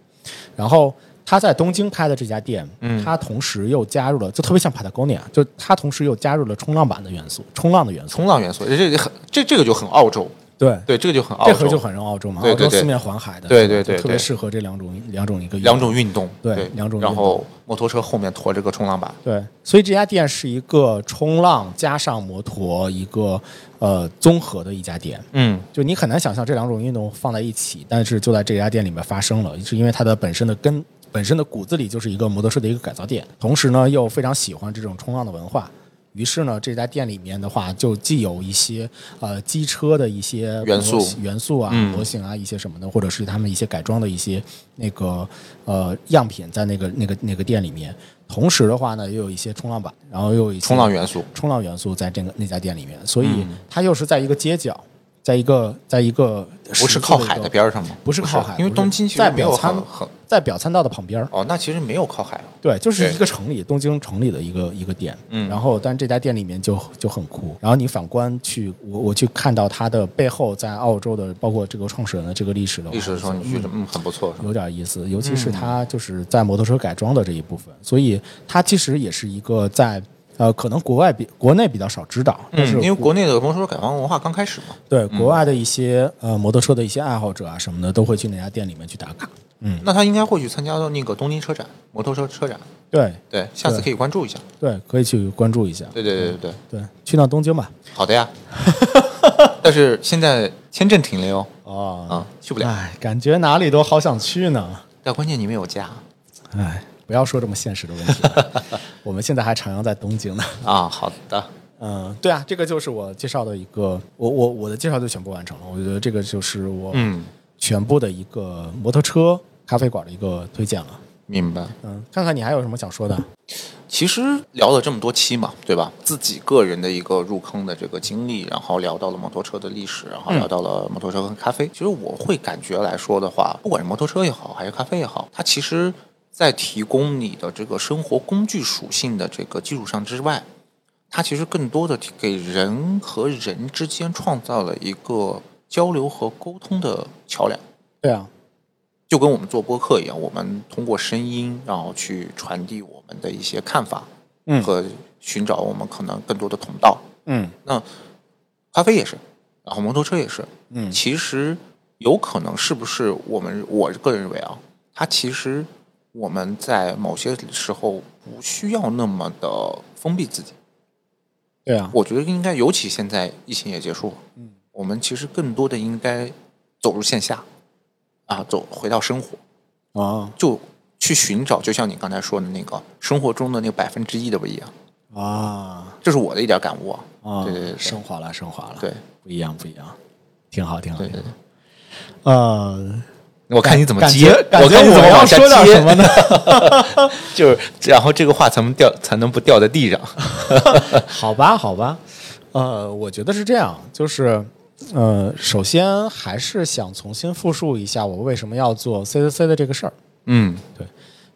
然后他在东京开的这家店，嗯，他同时又加入了，就特别像 Patagonia，就他同时又加入了冲浪板的元素，冲浪的元素。冲浪元素，这这很这这个就很澳洲，对，对，这个就很澳这洲，河就很像澳洲嘛，对对澳洲对四面环海的，对对对就特别对适合这两种两种一个两种运动，对两种运动然后摩托车后面驮着个冲浪板，对，所以这家店是一个冲浪加上摩托一个呃综合的一家店。嗯，就你很难想象这两种运动放在一起，但是就在这家店里面发生了，是因为它的本身的根、本身的骨子里就是一个摩托车的一个改造店，同时呢又非常喜欢这种冲浪的文化，于是呢，这家店里面的话，就既有一些呃机车的一些元素嗯模型元素啊、模型啊、一些什么的，或者是他们一些改装的一些那个呃样品在那个那个那个店里面。同时的话呢，又有一些冲浪板，然后又有一些冲浪元素，冲浪元素在这个那家店里面，所嗯以它又是在一个街角，在一个在一个不是靠海的边儿上吗？不是靠海因为不是东京其在实没有表参很很在表参道的旁边儿。哦，那其实没有靠海啊。对，就是对一个城里，东京城里的一个一个店。嗯，然后但这家店里面就就很酷。然后你反观去，我我去看到它的背后，在澳洲的包括这个创始人的这个历史的话历史的时候你觉嗯得嗯很不错，是吧有点意思，尤其是它就是在摩托车改装的这一部分，所以它其实也是一个在呃，可能国外比国内比较少知道，但是嗯，因为国内的摩托车改装文化刚开始嘛。对国外的一些呃摩托车的一些爱好者啊什么的，都会去那家店里面去打卡。那他应该会去参加到那个东京车展，摩托车车展。对嗯对，下次可以关注一下。对，可以去关注一下。对对对对对，对，去趟东京吧。好的呀。 但是现在签证停了哟，哦啊，去不了。哎，感觉哪里都好想去呢。但关键你没有啊假哎，不要说这么现实的问题 了，我们现在还徜徉在东京呢。啊。好的，嗯，对啊，这个就是我介绍的一个，我我我的介绍就全部完成了。我觉得这个就是我嗯，全部的一个摩托车咖啡馆的一个推荐了。明白。嗯，看看你还有什么想说的？其实聊了这么多期嘛，对吧？自己个人的一个入坑的这个经历，然后聊到了摩托车的历史，然后聊到了摩托车跟咖啡。其实我会感觉来说的话，不管是摩托车也好，还是咖啡也好，它其实在提供你的这个生活工具属性的这个基础上之外，它其实更多的给人和人之间创造了一个交流和沟通的桥梁。对啊，就跟我们做播客一样，我们通过声音，然后去传递我们的一些看法，嗯和寻找我们可能更多的同道。嗯那咖啡也是，然后摩托车也是，嗯其实有可能是不是我们我个人认为啊，它其实我们在某些时候不需要那么的封闭自己，对啊，我觉得应该，尤其现在疫情也结束了，嗯，我们其实更多的应该走入线下，啊，走回到生活，啊就去寻找，就像你刚才说的那个生活中的那百分之一的不一样，啊这是我的一点感悟啊。啊！对对对对升华了，升华了。对，不一样，不一样，挺好，挺好。对对对，呃，我看你怎么感接觉，感我觉看你你怎怎么么要往下说点什接，么呢？ 就是然后这个话才能掉，才能不掉在地上。好吧，好吧，呃，我觉得是这样，就是，呃，首先还是想重新复述一下我为什么要做 CCC 的这个事儿，嗯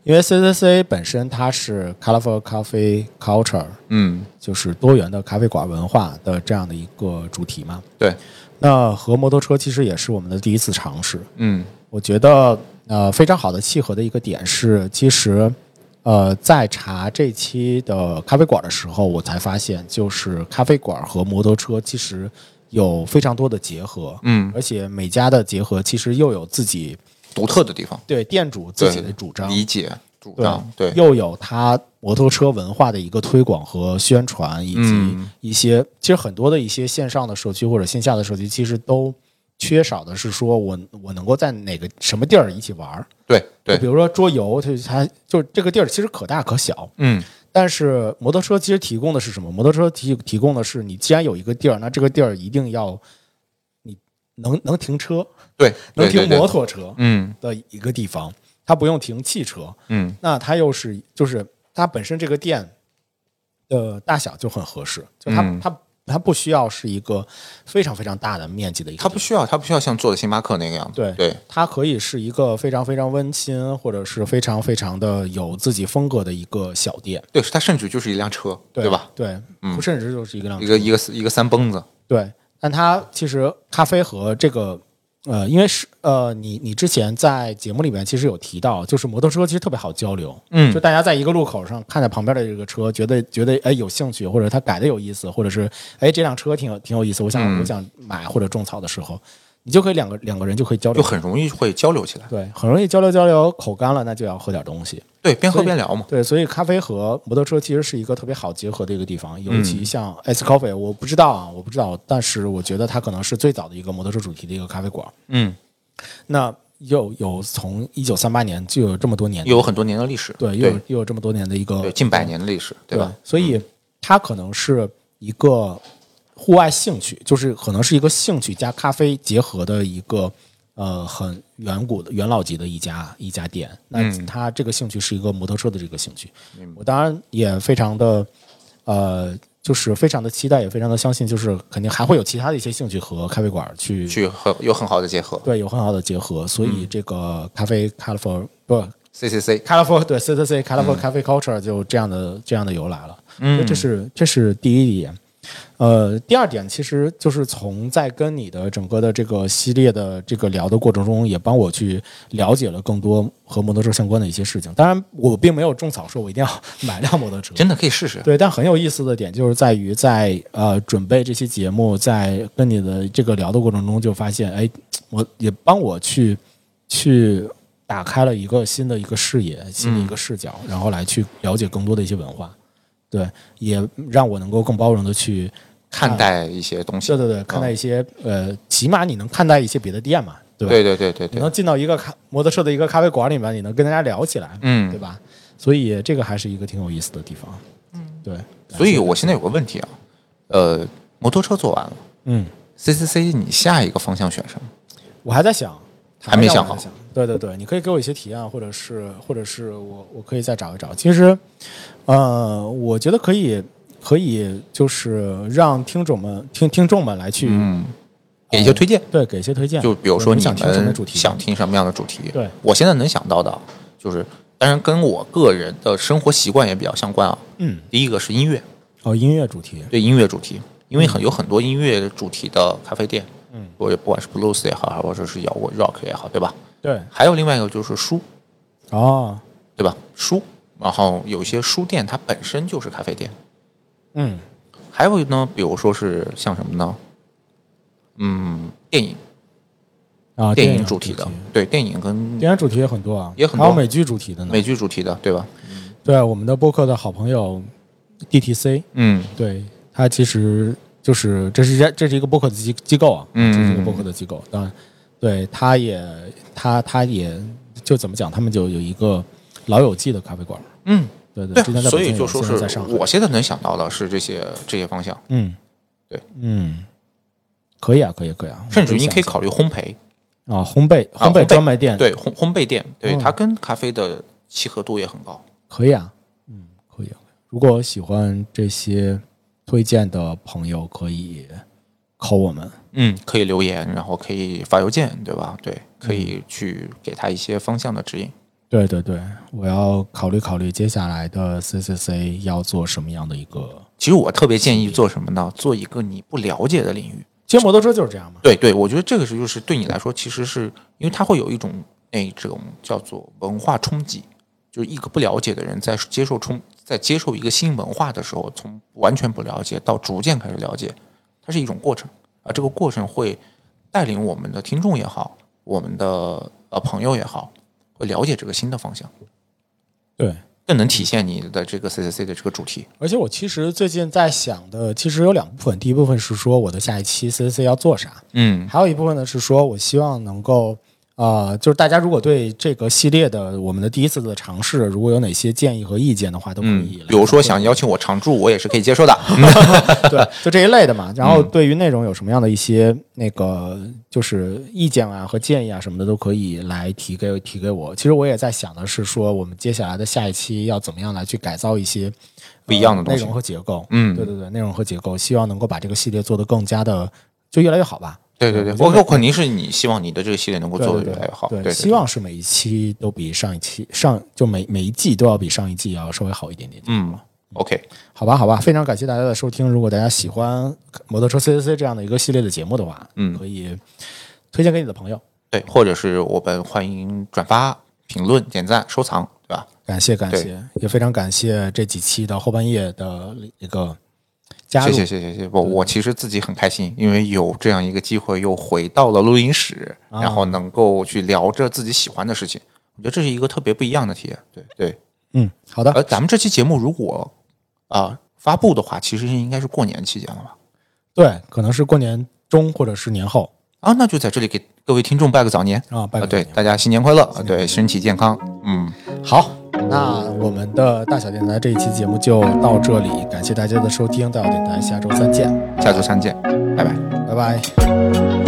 因为 CCC 本身它是 Colorful Coffee Culture，嗯，就是多元的咖啡馆文化的这样的一个主题嘛。对，那和摩托车其实也是我们的第一次尝试，嗯我觉得呃非常好的契合的一个点是，其实呃在查这期的咖啡馆的时候，我才发现，就是咖啡馆和摩托车其实有非常多的结合，嗯，而且每家的结合其实又有自己独特的地方，对店主自对己的主张，理解、主张，对，又有它摩托车文化的一个推广和宣传，以及嗯一些、其实很多的一些线上的社区或者线下的社区，其实都缺少的是说我我能够在哪个什么地儿一起玩儿。对就比对，如说桌游，它它就这个地儿其实可大可小，嗯但是摩托车其实提供的是什么？摩托车提提供的是你既然有一个地儿，那这个地儿一定要你能 能停车，对，能对停摩，对对托车嗯的一个地方，它不用停汽车。嗯那它又是就是它本身这个店的大小就很合适，就它、嗯它它不需要是一个非常非常大的面积的一个它地方，不需要，它不需要像做的星巴克那个样子，对对，它可以是一个非常非常温馨，或者是非常非常的有自己风格的一个小店，对，它甚至就是一辆车，对对吧？？对，嗯甚至就是一个量一个一个一个三蹦子，对，但它其实咖啡和这个。呃，因为是呃，你你之前在节目里面其实有提到，就是摩托车其实特别好交流，嗯就大家在一个路口上看着旁边的这个车，觉得觉得哎有兴趣，或者他改的有意思，或者是哎这辆车挺有挺有意思，我想、嗯我想买或者种草的时候，你就可以两个两个人就可以交就流，很容易会交流起来，对，很容易交流交流，口干了那就要喝点东西，对，边喝边聊嘛，对，所以咖啡和摩托车其实是一个特别好结合的一个地方，尤其像 S Coffee，我不知道啊，我不知道，但是我觉得它可能是最早的一个摩托车主题的一个咖啡馆。嗯，那又有从一九三八年就有这么多年，有很多年的历史，对，又有又有这么多年的一个对近百年的历史，对吧？嗯所以。它它可能是一个户外兴趣，就是可能是一个兴趣加咖啡结合的一个呃很远古的元老级的一家一家店。那嗯它这个兴趣是一个摩托车的这个兴趣，我当然也非常的呃。就是非常的期待，也非常的相信，就是肯定还会有其他的一些兴趣和咖啡馆去去嗯很有很好的结合。对有很好的结合，所以这个咖啡 California 不 C C C， Colorful 对 C C C Colorful Cafe Culture 就这样的这样的由来了。嗯，这是这是第一点。呃，第二点其实就是从在跟你的整个的这个系列的这个聊的过程中，也帮我去了解了更多和摩托车相关的一些事情。当然，我并没有种草说我一定要 买辆摩托车，真的可以试试。对，但很有意思的点就是在于在呃准备这期节目，在跟你的这个聊的过程中，就发现哎，我也帮我去去打开了一个新的一个视野，新嗯的一个视角，然后来去了解更多的一些文化，对，也让我能够更包容的去看待一些东西对。对对，看哦待一些、呃，起码你能看待一些别的店嘛，对吧？对对对对你对，能进到一个咖摩托车的一个咖啡馆里面，你能跟大家聊起来，嗯对吧？所以这个还是一个挺有意思的地方，嗯，对，所以我现在有个问题啊，呃，摩托车做完了嗯。 ，C C C，你下一个方向选什么？我还在想，还坦没白讲想好我还在对对对，你可以给我一些提案，或者是或者是我我可以再找一找。其实，呃，我觉得可以可以就是让听众们听听众们来去、嗯，给一些推荐，对给一些推荐，就比如说哦你你想们听什么主题，想听什么样的主题？对，我现在能想到的啊，就是当然跟我个人的生活习惯也比较相关啊。嗯第一个是音乐，哦音乐主题，对音乐主题，因为很有很多音乐主题的咖啡店，嗯，我也不管是 blues 也好，或者是摇滚 rock 也好，对吧？对还有另外一个就是书，哦对吧？书，然后有些书店它本身就是咖啡店，嗯还有呢，比如说是像什么呢？嗯，电影，啊电影影主题的，对，电影跟电影主题也很多啊，也很还有多美剧主题的呢美。剧主题的，对吧？对，我们的播客的好朋友 DTC，嗯，对，它其实就是这是一家这是一个播客的机机构啊，嗯这是一个播客的机构。当然，对，它也它它也就怎么讲，他们就有一个老友记的咖啡馆，嗯，对对，之前对，在所北京以有就说现在在是上海，我现在能想到的是这些这些方向，嗯，对，嗯，可以啊，可以可以啊，甚至于你想可以想考虑烘焙，啊，烘焙啊烘烘焙焙专卖店，，对，烘烘焙店，对、嗯它跟咖啡的契合度也很高。可以啊，嗯，可以啊。如果喜欢这些推荐的朋友，可以扣我们。嗯，可以留言，然后可以发邮件，对吧？对，可以去给他一些方向的指引。对对对，我要考虑考虑接下来的 CCC 要做什么样的一个。其实我特别建议做什么呢？做一个你不了解的领域。其实摩托车就是这样嘛。对对，我觉得这个是就是对你来说，其实是因为它会有一种那种叫做文化冲击，就是一个不了解的人在接受冲在接受一个新文化的时候，从完全不了解到逐渐开始了解，它是一种过程啊。这个过程会带领我们的听众也好，我们的呃朋友也好，会了解这个新的方向，对，更能体现你的这个 CCC 的这个主题。而且我其实最近在想的，其实有两部分。第一部分是说我的下一期 CCC 要做啥，嗯还有一部分呢是说我希望能够，呃，就是大家如果对这个系列的我们的第一次的尝试，如果有哪些建议和意见的话，都可嗯以来，比如说想邀请我常驻，我也是可以接受的。 对，就这一类的嘛。然嗯后对于内容有什么样的一些那个就是意见啊和建议啊什么的，都可以来提给提给我。其实我也在想的是说，我们接下来的下一期要怎么样来去改造一些不一样的呃东西内容和结构。嗯对对对，内容和结构，希望能够把这个系列做得更加的就越来越好吧。对对对，我我肯定是你希望你的这个系列能够对做对得越来越好，对对，希望是每一期都比上一期上就每每一季都要比上一季要稍微好一点点。嗯，OK，好吧，好吧，非常感谢大家的收听。如果大家喜欢摩托车 CCC 这样的一个系列的节目的话，嗯可以推荐给你的朋友。对，或者是我们欢迎转发、评论、点赞、收藏，对吧？感谢感谢，也非常感谢这几期的后半夜的一个加入。谢谢谢谢谢谢，我我其实自己很开心，因为有这样一个机会又回到了录音室，啊然后能够去聊着自己喜欢的事情，我觉得这是一个特别不一样的体验。对对，嗯，好的，呃，咱们这期节目如果啊、发布的话，其实应该是过年期间了吧？对，可能是过年中或者是年后啊，那就在这里给各位听众拜个早年。啊，拜啊，拜。对，大家新年快乐！啊，对，身体健康，嗯，好，那我们的大小电台这一期节目就到这里，感谢大家的收听，大小电台下周三见，下周三见，拜拜。拜拜。